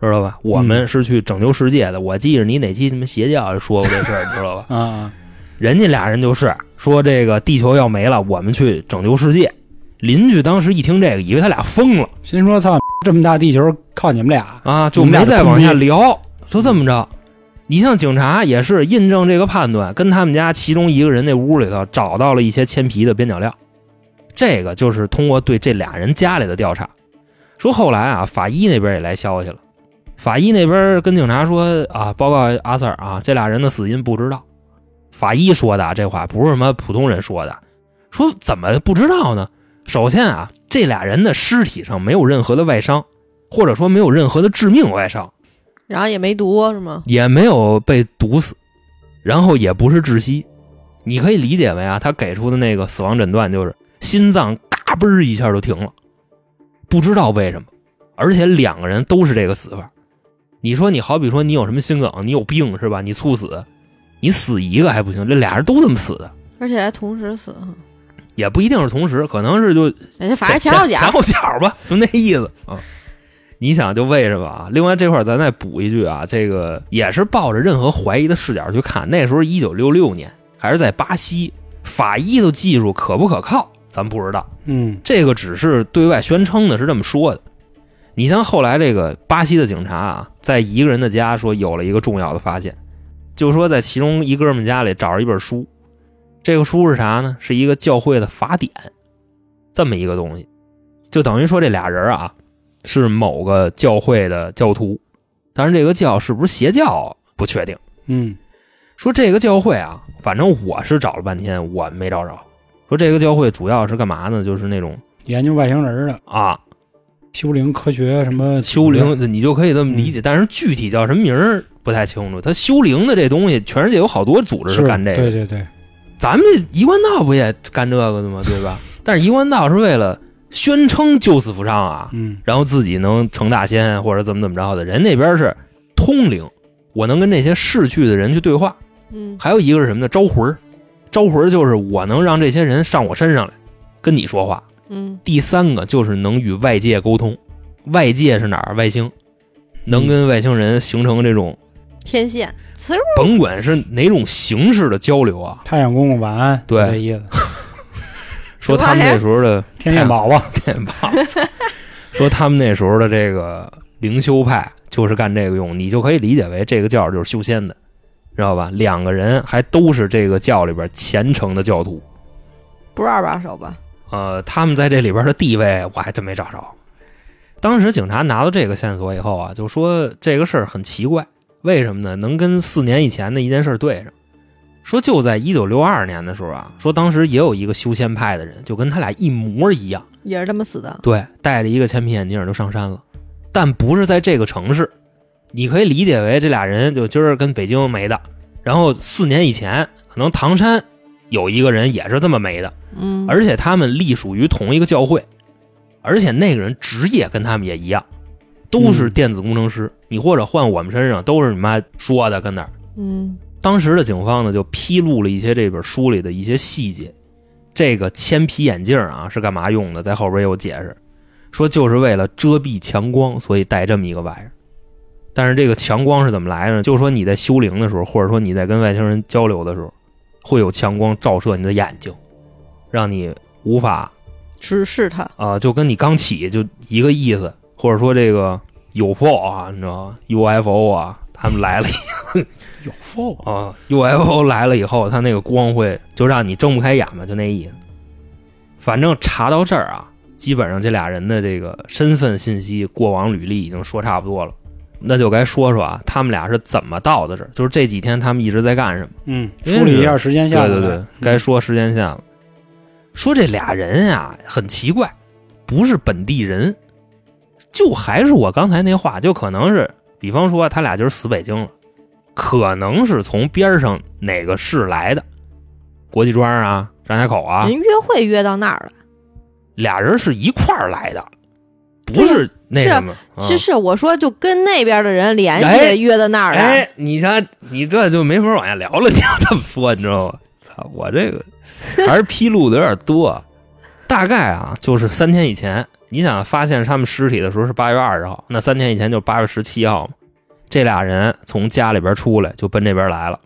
[SPEAKER 3] 知道吧？我们是去拯救世界的。我记着你哪期什么邪教说过这事儿，你知道吧？
[SPEAKER 1] 啊啊，
[SPEAKER 3] 人家俩人就是说这个地球要没了，我们去拯救世界。邻居当时一听这个，以为他俩疯了
[SPEAKER 1] 心说操，这么大地球靠你们俩，
[SPEAKER 3] 啊，就
[SPEAKER 1] 你们
[SPEAKER 3] 没
[SPEAKER 1] 俩
[SPEAKER 3] 再往
[SPEAKER 1] 是
[SPEAKER 3] 下
[SPEAKER 1] 疯
[SPEAKER 3] 聊，就这么着。你像警察也是印证这个判断，跟他们家其中一个人那屋里头找到了一些铅皮的边角料，这个就是通过对这俩人家里的调查。说后来啊，法医那边也来消息了，法医那边跟警察说啊，报告阿 Sir 啊，这俩人的死因不知道。法医说的啊这话不是什么普通人说的，说怎么不知道呢？首先啊，这俩人的尸体上没有任何的外伤，或者说没有任何的致命外伤，
[SPEAKER 4] 然后也没毒是吗？
[SPEAKER 3] 也没有被毒死，然后也不是窒息。你可以理解为啊，他给出的那个死亡诊断就是心脏嘎嘣儿一下就停了，不知道为什么，而且两个人都是这个死法。你说你好比说你有什么心梗，你有病是吧？你猝死，你死一个还不行，这俩人都这么死的，
[SPEAKER 4] 而且还同时死，
[SPEAKER 3] 也不一定是同时，可能是就
[SPEAKER 4] 人家反正
[SPEAKER 3] 前
[SPEAKER 4] 前后脚
[SPEAKER 3] 前后脚吧，就那意思啊。你想，就为什么啊？另外这块儿咱再补一句啊，这个也是抱着任何怀疑的视角去看。那时候一九六六年，还是在巴西，法医的技术可不可靠，咱不知道。
[SPEAKER 1] 嗯
[SPEAKER 3] 这个只是对外宣称的，是这么说的。你像后来这个巴西的警察啊，在一个人的家说有了一个重要的发现，就说在其中一哥们家里找着一本书，这个书是啥呢？是一个教会的法典，这么一个东西，就等于说这俩人啊是某个教会的教徒，但是这个教是不是邪教不确定。
[SPEAKER 1] 嗯
[SPEAKER 3] 说这个教会啊，反正我是找了半天，我没找着。说这个教会主要是干嘛呢？就是那种
[SPEAKER 1] 研究外星人的
[SPEAKER 3] 啊，
[SPEAKER 1] 修灵科学什么
[SPEAKER 3] 修灵，你就可以这么理
[SPEAKER 1] 嗯
[SPEAKER 3] 解。但是具体叫什么名儿不太清楚。它修灵的这东西，全世界有好多组织
[SPEAKER 1] 是
[SPEAKER 3] 干这个。
[SPEAKER 1] 对对对，
[SPEAKER 3] 咱们一贯道不也干这个的吗？对吧？但是一贯道是为了宣称救死扶伤啊，
[SPEAKER 1] 嗯
[SPEAKER 3] 然后自己能成大仙或者怎么怎么着的。人那边是通灵，我能跟那些逝去的人去对话。
[SPEAKER 4] 嗯，
[SPEAKER 3] 还有一个是什么呢？招魂儿，招魂儿就是我能让这些人上我身上来跟你说话。
[SPEAKER 4] 嗯，
[SPEAKER 3] 第三个就是能与外界沟通，外界是哪儿？外星，能跟外星人形成这种
[SPEAKER 4] 天线，呲
[SPEAKER 3] 甭管是哪种形式的交流啊。
[SPEAKER 1] 太阳公公晚安，
[SPEAKER 3] 对
[SPEAKER 1] 就这意思。
[SPEAKER 3] 说他们那时候的
[SPEAKER 1] 天线 宝宝，
[SPEAKER 3] 电报，说他们那时候的这个灵修派就是干这个用，你就可以理解为这个教就是修仙的，知道吧？两个人还都是这个教里边虔诚的教徒，
[SPEAKER 4] 不是二把手吧？
[SPEAKER 3] 呃，他们在这里边的地位我还真没找着。当时警察拿到这个线索以后啊，就说这个事儿很奇怪，为什么呢？能跟四年以前的一件事儿对上。说就在一九六二年的时候啊，说当时也有一个修仙派的人，就跟他俩一模一样，
[SPEAKER 4] 也是这么死的。
[SPEAKER 3] 对，戴着一个千皮眼镜儿就上山了，但不是在这个城市，你可以理解为这俩人就今儿跟北京没的，然后四年以前可能唐山有一个人也是这么没的，
[SPEAKER 4] 嗯，
[SPEAKER 3] 而且他们隶属于同一个教会，而且那个人职业跟他们也一样，都是
[SPEAKER 1] 嗯
[SPEAKER 3] 电子工程师。你或者换我们身上都是你妈说的，跟那儿。
[SPEAKER 4] 嗯，
[SPEAKER 3] 当时的警方呢就披露了一些这本书里的一些细节。这个千皮眼镜啊是干嘛用的？在后边也有解释，说就是为了遮蔽强光，所以戴这么一个玩意儿。但是这个强光是怎么来的呢？就是说你在修灵的时候，或者说你在跟外星人交流的时候，会有强光照射你的眼睛，让你无法
[SPEAKER 4] 只是他，
[SPEAKER 3] 啊、就跟你刚起就一个意思，或者说这个有 f 啊，你知道吗？UFO 啊，他们来了以
[SPEAKER 1] 有福啊！
[SPEAKER 3] 啊，UFO 来了以后，它那个光会就让你睁不开眼嘛，就那意思。反正查到这儿啊，基本上这俩人的这个身份信息、过往履历已经说差不多了，那就该说说啊，他们俩是怎么到的这儿，就是这几天他们一直在干什么。
[SPEAKER 1] 嗯，
[SPEAKER 3] 因为
[SPEAKER 1] 梳理一下时间线来，
[SPEAKER 3] 对对对
[SPEAKER 1] 嗯，
[SPEAKER 3] 该说时间线了。说这俩人啊，很奇怪，不是本地人，就还是我刚才那话，就可能是，比方说他俩就是死北京了，可能是从边上哪个市来的，国际庄啊、张家口啊，
[SPEAKER 4] 人约会约到那儿了。
[SPEAKER 3] 俩人是一块儿来的，不是那
[SPEAKER 4] 是
[SPEAKER 3] 什么。啊
[SPEAKER 4] 是是，我说就跟那边的人联
[SPEAKER 3] 哎
[SPEAKER 4] 系约到那儿了。
[SPEAKER 3] 哎，你瞧，你这就没法往下聊了。你要这么说，你知道吗？ 操，我这个还是披露的有点多。大概啊，就是三天以前，你想发现他们尸体的时候是八月二十号，那三天以前就是八月十七号嘛。这俩人从家里边出来就奔这边来了。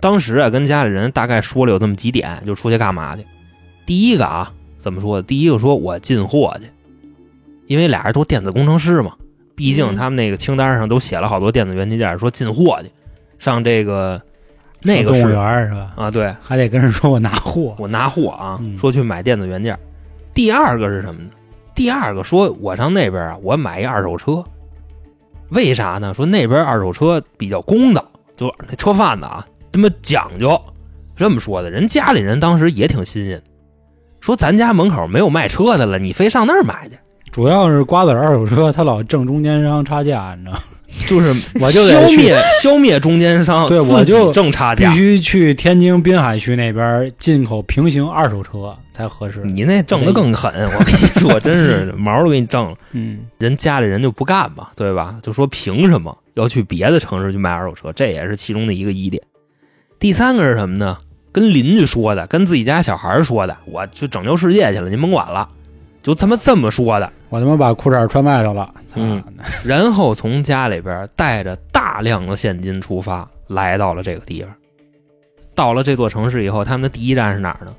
[SPEAKER 3] 当时啊，跟家里人大概说了有这么几点，就出去干嘛去。第一个啊，怎么说的？第一个说我进货去，因为俩人都电子工程师嘛，毕竟
[SPEAKER 4] 嗯
[SPEAKER 3] 他们那个清单上都写了好多电子元器件，说进货去，上这个那个
[SPEAKER 1] 动物园
[SPEAKER 3] 是
[SPEAKER 1] 儿是吧？
[SPEAKER 3] 啊，对
[SPEAKER 1] 还得跟人说我拿货，
[SPEAKER 3] 我拿货啊，
[SPEAKER 1] 嗯
[SPEAKER 3] 说去买电子元件。第二个是什么呢？第二个说我上那边啊，我买一二手车，为啥呢？说那边二手车比较公道，就那车贩子啊，他妈讲究。这么说的，人家里人当时也挺新鲜，说咱家门口没有卖车的了，你非上那儿买去，
[SPEAKER 1] 主要是瓜子儿二手车，他老挣中间商差价，你知道吗？
[SPEAKER 3] 就是
[SPEAKER 1] 我就
[SPEAKER 3] 消
[SPEAKER 1] 得去
[SPEAKER 3] 灭消灭中间商，
[SPEAKER 1] 对我
[SPEAKER 3] 自己
[SPEAKER 1] 就
[SPEAKER 3] 挣差
[SPEAKER 1] 必
[SPEAKER 3] 价。
[SPEAKER 1] 须去天津滨海区那边进口平行二手车才合适。
[SPEAKER 3] 你那挣的更狠，我跟你说，真是毛都给你挣了。
[SPEAKER 1] 嗯，
[SPEAKER 3] 人家里人就不干嘛，对吧？就说凭什么要去别的城市去买二手车？这也是其中的一个疑点。第三个是什么呢？跟邻居说的，跟自己家小孩说的，我去拯救世界去了，您甭管了，就他妈这么说的。
[SPEAKER 1] 我他妈把裤衩穿外头了，操
[SPEAKER 3] 嗯然后从家里边带着大量的现金出发，来到了这个地方。到了这座城市以后，他们的第一站是哪儿呢？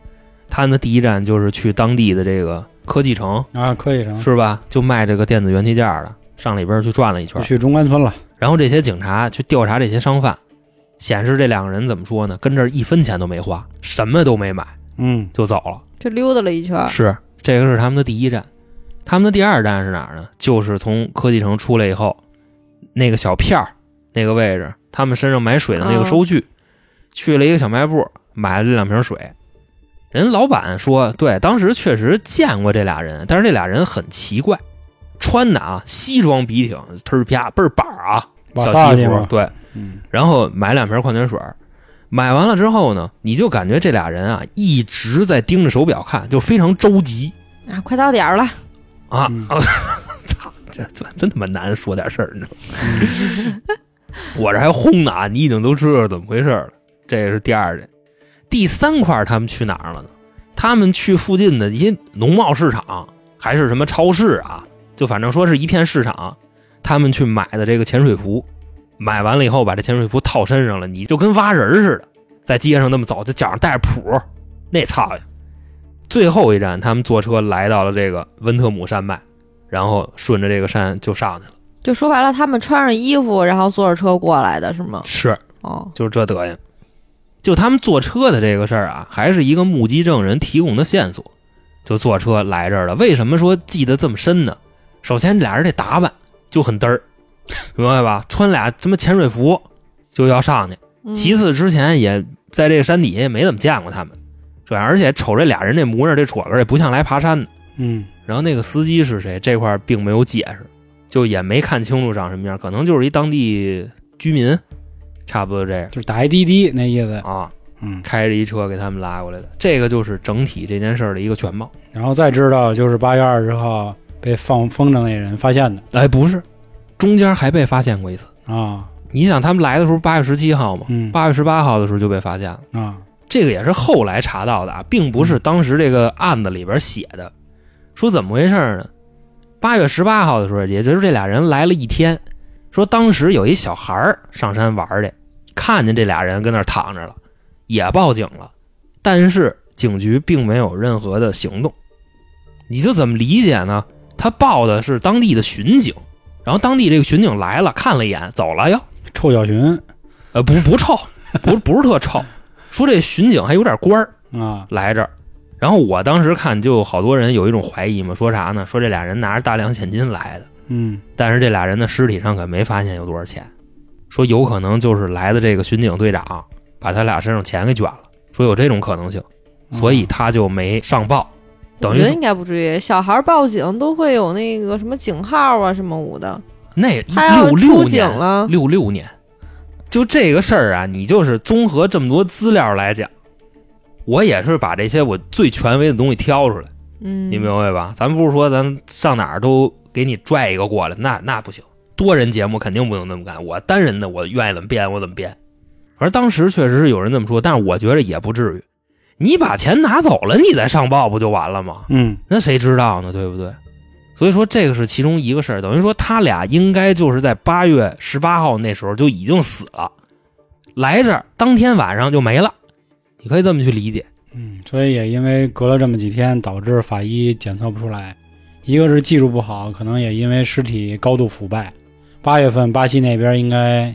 [SPEAKER 3] 他呢第一站就是去当地的这个科技城，
[SPEAKER 1] 啊，科技城
[SPEAKER 3] 是吧？就卖这个电子元器件的，上里边去转了一圈
[SPEAKER 1] 就。去中关村了，
[SPEAKER 3] 然后这些警察去调查这些商贩，显示这两个人怎么说呢？跟这儿一分钱都没花，什么都没买
[SPEAKER 1] 嗯，
[SPEAKER 3] 就走了。
[SPEAKER 4] 就溜达了一圈儿，
[SPEAKER 3] 是，这个是他们的第一站。他们的第二站是哪儿呢？就是从科技城出来以后，那个小片儿那个位置，他们身上买水的那个收据，去了一个小卖部买了这两瓶水。人老板说，对，当时确实见过这俩人，但是这俩人很奇怪，穿的啊西装笔挺，忒儿啪倍儿板儿啊，
[SPEAKER 1] 往
[SPEAKER 3] 小
[SPEAKER 1] 大
[SPEAKER 3] 西
[SPEAKER 1] 地
[SPEAKER 3] 服
[SPEAKER 1] 方，
[SPEAKER 3] 对，
[SPEAKER 1] 嗯，
[SPEAKER 3] 然后买两瓶矿泉水儿。买完了之后呢，你就感觉这俩人啊一直在盯着手表看，就非常着急。
[SPEAKER 4] 啊，快到点儿了，
[SPEAKER 3] 啊
[SPEAKER 1] 嗯，
[SPEAKER 3] 啊 操、这这真他妈难说点事儿，你知道吗？我这还轰呢啊，你已经都知道怎么回事了。这是第二点，第三块儿他们去哪儿了呢？他们去附近的一些农贸市场，还是什么超市啊？就反正说是一片市场，他们去买的这个潜水服，买完了以后把这潜水服套身上了，你就跟挖人儿似的，在街上那么走，就脚上带着蹼，那操呀！最后一站，他们坐车来到了这个温特姆山脉，然后顺着这个山就上去了。
[SPEAKER 4] 就说白了，他们穿上衣服，然后坐着车过来的是吗？
[SPEAKER 3] 是，
[SPEAKER 4] 哦，
[SPEAKER 3] 就是这德行。就他们坐车的这个事儿啊，还是一个目击证人提供的线索，就坐车来这儿了。为什么说记得这么深呢？首先，俩人这打扮就很嘚儿，明白吧？穿俩他妈潜水服就要上去。
[SPEAKER 4] 嗯
[SPEAKER 3] 其次，之前也在这个山底下也没怎么见过他们，主要而且瞅这俩人这模样，这戳个儿也不像来爬山的。
[SPEAKER 1] 嗯，
[SPEAKER 3] 然后那个司机是谁，这块儿并没有解释，就也没看清楚长什么样，可能就是一当地居民，差不多这样
[SPEAKER 1] 就是打一滴滴那意思，
[SPEAKER 3] 啊，
[SPEAKER 1] 嗯，
[SPEAKER 3] 开着一车给他们拉过来的。这个就是整体这件事儿的一个全貌。
[SPEAKER 1] 然后再知道就是八月二十号被放风筝那人发现的
[SPEAKER 3] 哎，不是，中间还被发现过一次。
[SPEAKER 1] 啊，
[SPEAKER 3] 你想他们来的时候八月十七号嘛，
[SPEAKER 1] 嗯
[SPEAKER 3] 八月十八号的时候就被发现了。
[SPEAKER 1] 啊，
[SPEAKER 3] 这个也是后来查到的啊，并不是当时这个案子里边写的。说怎么回事呢？八月十八号的时候，也就是这俩人来了一天，说当时有一小孩儿上山玩儿去，看见这俩人跟那儿躺着了，也报警了，但是警局并没有任何的行动。你就怎么理解呢？他报的是当地的巡警，然后当地这个巡警来了，看了一眼，走了哟。
[SPEAKER 1] 臭小寻
[SPEAKER 3] 呃，不不臭，不不是特臭。说这巡警还有点官儿，
[SPEAKER 1] 啊，
[SPEAKER 3] 来这儿。然后我当时看，就有好多人有一种怀疑嘛，说啥呢？说这俩人拿着大量现金来的，
[SPEAKER 1] 嗯，
[SPEAKER 3] 但是这俩人的尸体上可没发现有多少钱，说有可能就是来的这个巡警队长把他俩身上钱给卷了，说有这种可能性，所以他就没上报，
[SPEAKER 4] 嗯我
[SPEAKER 3] 等
[SPEAKER 4] 觉
[SPEAKER 3] 于
[SPEAKER 4] 得应该不至于，小孩报警都会有那个什么警号啊什么舞的，
[SPEAKER 3] 那
[SPEAKER 4] 他要
[SPEAKER 3] 六六
[SPEAKER 4] 出警
[SPEAKER 3] 年
[SPEAKER 4] 了
[SPEAKER 3] 六六年，就这个事儿啊，你就是综合这么多资料来讲，我也是把这些我最权威的东西挑出来。
[SPEAKER 4] 嗯，
[SPEAKER 3] 你明白吧？咱不是说咱上哪儿都给你拽一个过来，那那不行。多人节目肯定不能那么干，我单人的我愿意怎么编我怎么编。反正当时确实是有人这么说，但是我觉得也不至于。你把钱拿走了，你再上报不就完了吗？
[SPEAKER 1] 嗯，
[SPEAKER 3] 那谁知道呢？对不对？所以说这个是其中一个事儿，等于说他俩应该就是在八月十八号那时候就已经死了，来这儿当天晚上就没了。你可以这么去理解。
[SPEAKER 1] 嗯，所以也因为隔了这么几天，导致法医检测不出来。一个是技术不好，可能也因为尸体高度腐败。八月份巴西那边应该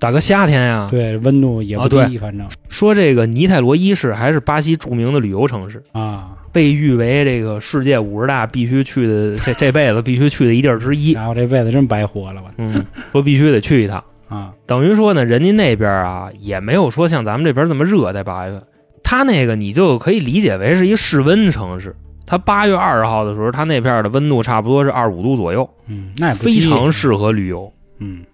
[SPEAKER 3] 大哥，夏天呀、
[SPEAKER 1] 对温度也不低，
[SPEAKER 3] 啊哦对
[SPEAKER 1] 反正
[SPEAKER 3] 说这个尼泰罗一世还是巴西著名的旅游城市，
[SPEAKER 1] 啊。
[SPEAKER 3] 被誉为这个世界五十大必须去的这这辈子必须去的一地儿之 一。
[SPEAKER 1] 然后这辈子真白活了吧？
[SPEAKER 3] 嗯，说必须得去一趟。
[SPEAKER 1] 啊，
[SPEAKER 3] 等于说呢，人家那边啊也没有说像咱们这边这么热，在八月份，他那个你就可以理解为是一室温城市。他八月二十号的时候，他那片儿的温度差不多是二十五度左右，
[SPEAKER 1] 嗯，那也不
[SPEAKER 3] 非
[SPEAKER 1] 低
[SPEAKER 3] 常适合旅游。
[SPEAKER 1] 嗯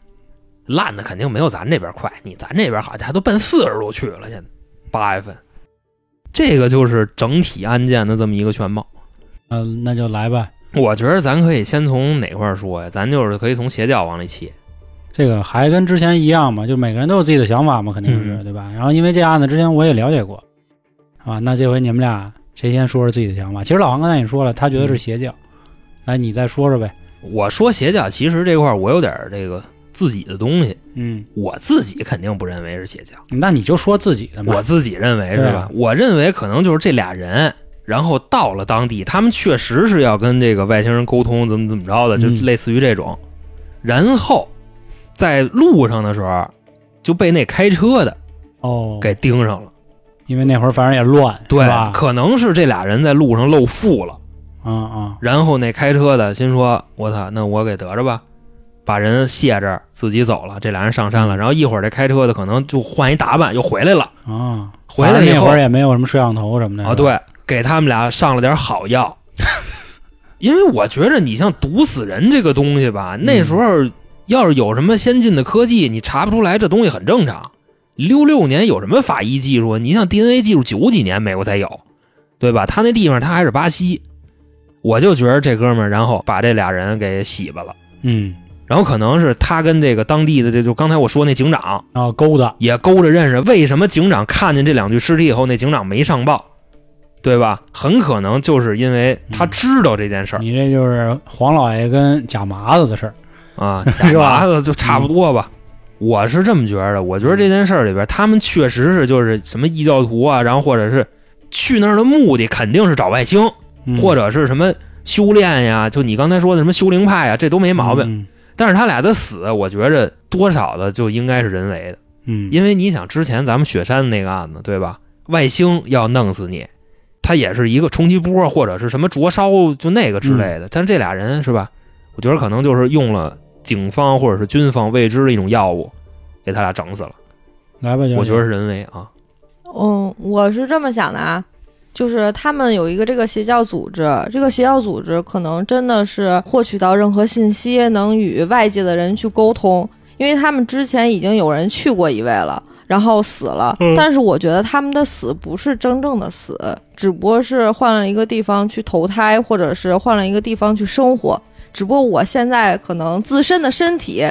[SPEAKER 3] 烂的肯定没有咱这边快，你咱这边好，家都奔四十度去了，现在八月份，这个就是整体案件的这么一个全貌。
[SPEAKER 1] 呃，那就来吧。
[SPEAKER 3] 我觉得咱可以先从哪块儿说呀？咱就是可以从邪教往里起。
[SPEAKER 1] 这个还跟之前一样嘛，就每个人都有自己的想法嘛，肯定是、
[SPEAKER 3] 嗯
[SPEAKER 1] 对吧？然后因为这案子之前我也了解过，啊，那这回你们俩谁先说说自己的想法？其实老黄刚才也说了，他觉得是邪教，来你再说说呗。
[SPEAKER 3] 我说邪教，其实这块儿我有点儿这个自己的东西，
[SPEAKER 1] 嗯，
[SPEAKER 3] 我自己肯定不认为是邪教，
[SPEAKER 1] 那你就说自己的嘛。
[SPEAKER 3] 我自己认为是
[SPEAKER 1] 对
[SPEAKER 3] 吧
[SPEAKER 1] 啊？
[SPEAKER 3] 我认为可能就是这俩人然后到了当地，他们确实是要跟这个外星人沟通，怎么怎么着的，就
[SPEAKER 1] 嗯
[SPEAKER 3] 类似于这种。然后在路上的时候，就被那开车的
[SPEAKER 1] 哦，
[SPEAKER 3] 给盯上了。
[SPEAKER 1] 因为那会儿反正也乱，
[SPEAKER 3] 对
[SPEAKER 1] 是吧？
[SPEAKER 3] 可能是这俩人在路上露富了。
[SPEAKER 1] 啊啊，
[SPEAKER 3] 然后那开车的心说：“我操，那我给得着吧，把人卸这儿，自己走了。”这俩人上
[SPEAKER 1] 嗯
[SPEAKER 3] 山了。然后一会儿这开车的可能就换一打扮，又回来了。
[SPEAKER 1] 啊，
[SPEAKER 3] 回来
[SPEAKER 1] 反正
[SPEAKER 3] 以
[SPEAKER 1] 那
[SPEAKER 3] 后
[SPEAKER 1] 会儿也没有什么摄像头什么的
[SPEAKER 3] 啊，，对，给他们俩上了点好药，因为我觉着你像毒死人这个东西吧，那时候要是有什么先进的科技，你查不出来，这东西很正常。六六年有什么法医技术啊？你像 DNA 技术，九几年美国才有，对吧？他那地方他还是巴西，我就觉着这哥们儿，然后把这俩人给洗巴了，
[SPEAKER 1] 嗯，
[SPEAKER 3] 然后可能是他跟这个当地的这就刚才我说那警长，
[SPEAKER 1] 然后勾搭，
[SPEAKER 3] 也勾着认识。为什么警长看见这两具尸体以后，那警长没上报，对吧？很可能就是因为他
[SPEAKER 1] 嗯
[SPEAKER 3] 知道这件事儿、
[SPEAKER 1] 你这就是黄老爷跟假麻子的事儿，
[SPEAKER 3] 啊，
[SPEAKER 1] 是吧嗯
[SPEAKER 3] 假麻子就差不多吧。我是这么觉得，我觉得这件事儿里边，他们确实是就是什么异教徒啊，然后或者是去那儿的目的肯定是找外星，
[SPEAKER 1] 嗯
[SPEAKER 3] 或者是什么修炼呀，就你刚才说的什么修灵派啊呀，这都没毛病。
[SPEAKER 1] 嗯
[SPEAKER 3] 但是他俩的死，我觉着多少的就应该是人为的。
[SPEAKER 1] 嗯，
[SPEAKER 3] 因为你想之前咱们雪山那个案子，对吧？外星要弄死你，他也是一个冲击波或者是什么灼烧，就那个之类
[SPEAKER 4] 嗯
[SPEAKER 3] 的。但这俩人是吧？我觉得可能就是用了警方或者是军方未知的一种药物，给他俩整死了。
[SPEAKER 1] 来吧，
[SPEAKER 3] 我觉得
[SPEAKER 1] 得
[SPEAKER 3] 是人为啊，
[SPEAKER 4] 嗯，我是这么想的啊，就是他们有一个这个邪教组织，这个邪教组织可能真的是获取到任何信息，能与外界的人去沟通，因为他们之前已经有人去过一位了。然后死了，
[SPEAKER 3] 嗯
[SPEAKER 4] 但是我觉得他们的死不是真正的死，只不过是换了一个地方去投胎，或者是换了一个地方去生活。只不过我现在可能自身的身体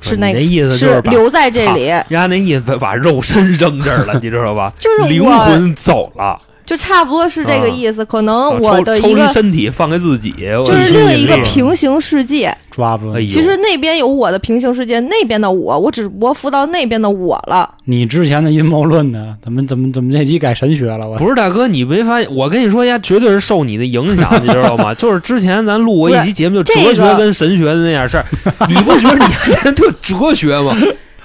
[SPEAKER 4] 是那
[SPEAKER 3] 啊你
[SPEAKER 4] 个
[SPEAKER 3] 的意思就是把
[SPEAKER 4] 留在这里，
[SPEAKER 3] 人家那意思把肉身扔这儿了，你知道 吧？
[SPEAKER 4] 就是我
[SPEAKER 3] 灵魂走了，
[SPEAKER 4] 就差不多是这个意思。可能哦我的
[SPEAKER 3] 啊抽
[SPEAKER 4] 一
[SPEAKER 3] 抽
[SPEAKER 4] 个
[SPEAKER 3] 离身体放给自己，
[SPEAKER 4] 就
[SPEAKER 3] 我
[SPEAKER 4] 是另一个
[SPEAKER 3] 力
[SPEAKER 4] 平行世界。
[SPEAKER 1] 抓不住
[SPEAKER 3] 哎
[SPEAKER 1] 你。
[SPEAKER 3] 呦
[SPEAKER 4] 其实那边有我的平行世界，那边的我，我只不过附到那边的我了。
[SPEAKER 1] 你之前的阴谋论呢？怎么怎么怎么这集改神学了？我
[SPEAKER 3] 不是大哥，你没发现？我跟你说，呀，绝对是受你的影响，你知道 吗？就是之前咱录过一集节目，就
[SPEAKER 4] 这
[SPEAKER 3] 哲
[SPEAKER 4] 个
[SPEAKER 3] 学跟神学的那点事儿，你不觉得你现在特哲学吗？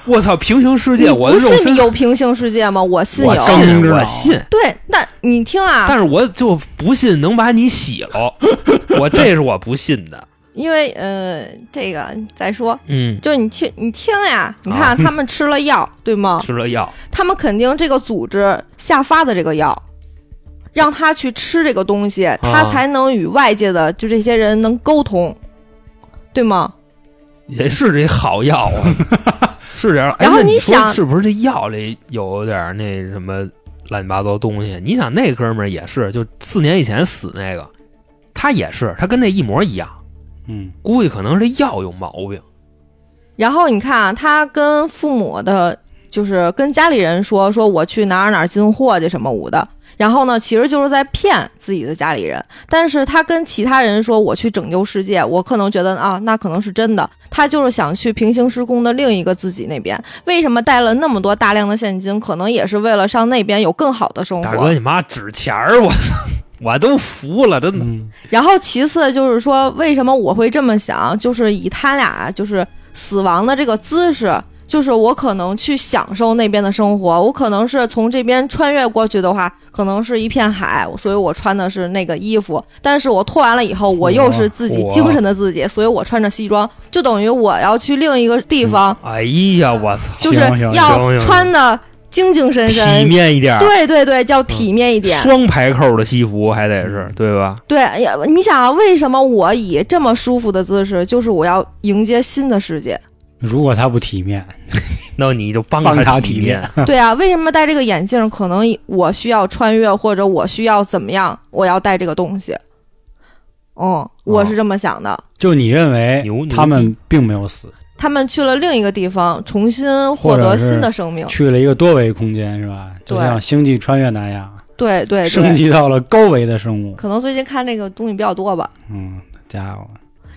[SPEAKER 3] 我操，平行世界，
[SPEAKER 4] 你
[SPEAKER 3] 我
[SPEAKER 4] 不
[SPEAKER 3] 的肉
[SPEAKER 4] 信
[SPEAKER 3] 身
[SPEAKER 4] 你，有啊平行世界吗？我信
[SPEAKER 3] 我
[SPEAKER 4] 有。
[SPEAKER 1] 更知
[SPEAKER 3] 信，
[SPEAKER 1] 道
[SPEAKER 3] 我信，
[SPEAKER 4] 对，那你听啊，
[SPEAKER 3] 但是我就不信能把你洗了，我这是我不信的。
[SPEAKER 4] 因为呃，这个再说，
[SPEAKER 3] 嗯，
[SPEAKER 4] 就是你听，你听呀，你看、
[SPEAKER 3] 啊
[SPEAKER 4] 他们吃了药，对吗？
[SPEAKER 3] 吃了药，
[SPEAKER 4] 他们肯定这个组织下发的这个药，让他去吃这个东西，
[SPEAKER 3] 啊
[SPEAKER 4] 他才能与外界的就这些人能沟通，对吗？
[SPEAKER 3] 也是这好药啊， 是这样。哎
[SPEAKER 4] 然后
[SPEAKER 3] 那你
[SPEAKER 4] 你
[SPEAKER 3] 说
[SPEAKER 4] 想
[SPEAKER 3] 是不是这药里有点儿那什么乱七八糟东西？你想那哥们儿也是，就四年以前死那个，他也是，他跟这一模一样，
[SPEAKER 1] 嗯
[SPEAKER 3] 估计可能是这药有毛病。
[SPEAKER 4] 然后你看啊，他跟父母的，就是跟家里人说，说我去哪儿哪儿进货去什么舞的。然后呢，其实就是在骗自己的家里人。但是他跟其他人说我去拯救世界，我可能觉得啊，那可能是真的。他就是想去平行时空的另一个自己那边。为什么带了那么多大量的现金？可能也是为了上那边有更好的生
[SPEAKER 3] 大哥，
[SPEAKER 4] 活。
[SPEAKER 3] 你妈纸钱儿，我 操，我都服了，真的。
[SPEAKER 1] 嗯
[SPEAKER 4] 然后其次就是说，为什么我会这么想？就是以他俩就是死亡的这个姿势，就是我可能去享受那边的生活。我可能是从这边穿越过去的话，可能是一片海，所以我穿的是那个衣服。但是我脱完了以后，我又是自己
[SPEAKER 3] 哇
[SPEAKER 4] 精神的自己，所以我穿着西装，就等于我要去另一个地方，
[SPEAKER 3] 哎呀，我操，
[SPEAKER 4] 就是
[SPEAKER 1] 行行
[SPEAKER 4] 要
[SPEAKER 3] 行
[SPEAKER 4] 穿的精精神
[SPEAKER 3] 嗯体
[SPEAKER 4] 神。
[SPEAKER 3] 面一点儿，
[SPEAKER 4] 对对对，叫体面一点。
[SPEAKER 3] 双排扣的西服还得是，
[SPEAKER 1] 嗯
[SPEAKER 3] 对吧？
[SPEAKER 4] 对，哎呀，你想啊，为什么我以这么舒服的姿势，就是我要迎接新的世 界？
[SPEAKER 1] 如果他不体面，
[SPEAKER 3] 那你就帮
[SPEAKER 1] 帮他
[SPEAKER 3] 体
[SPEAKER 1] 体面，
[SPEAKER 4] 对啊，为什么戴这个眼镜，可能我需要穿越，或者我需要怎么样，我要戴这个东西？嗯，我
[SPEAKER 3] 哦
[SPEAKER 4] 是这么想的。
[SPEAKER 1] 就你认为
[SPEAKER 3] 牛牛
[SPEAKER 1] 他们并没有死，
[SPEAKER 4] 他们去了另一个地方，重新获
[SPEAKER 1] 或
[SPEAKER 4] 得
[SPEAKER 1] 者是
[SPEAKER 4] 新的生
[SPEAKER 3] 嗯
[SPEAKER 4] 命。
[SPEAKER 1] 去了一个多维空间是吧？就
[SPEAKER 4] 对
[SPEAKER 1] 像星际穿越那样，
[SPEAKER 4] 对对
[SPEAKER 1] 升
[SPEAKER 4] 对，
[SPEAKER 1] 级到了高维的生物。
[SPEAKER 4] 可能最近看这个东西比较多吧。
[SPEAKER 1] 嗯，家伙，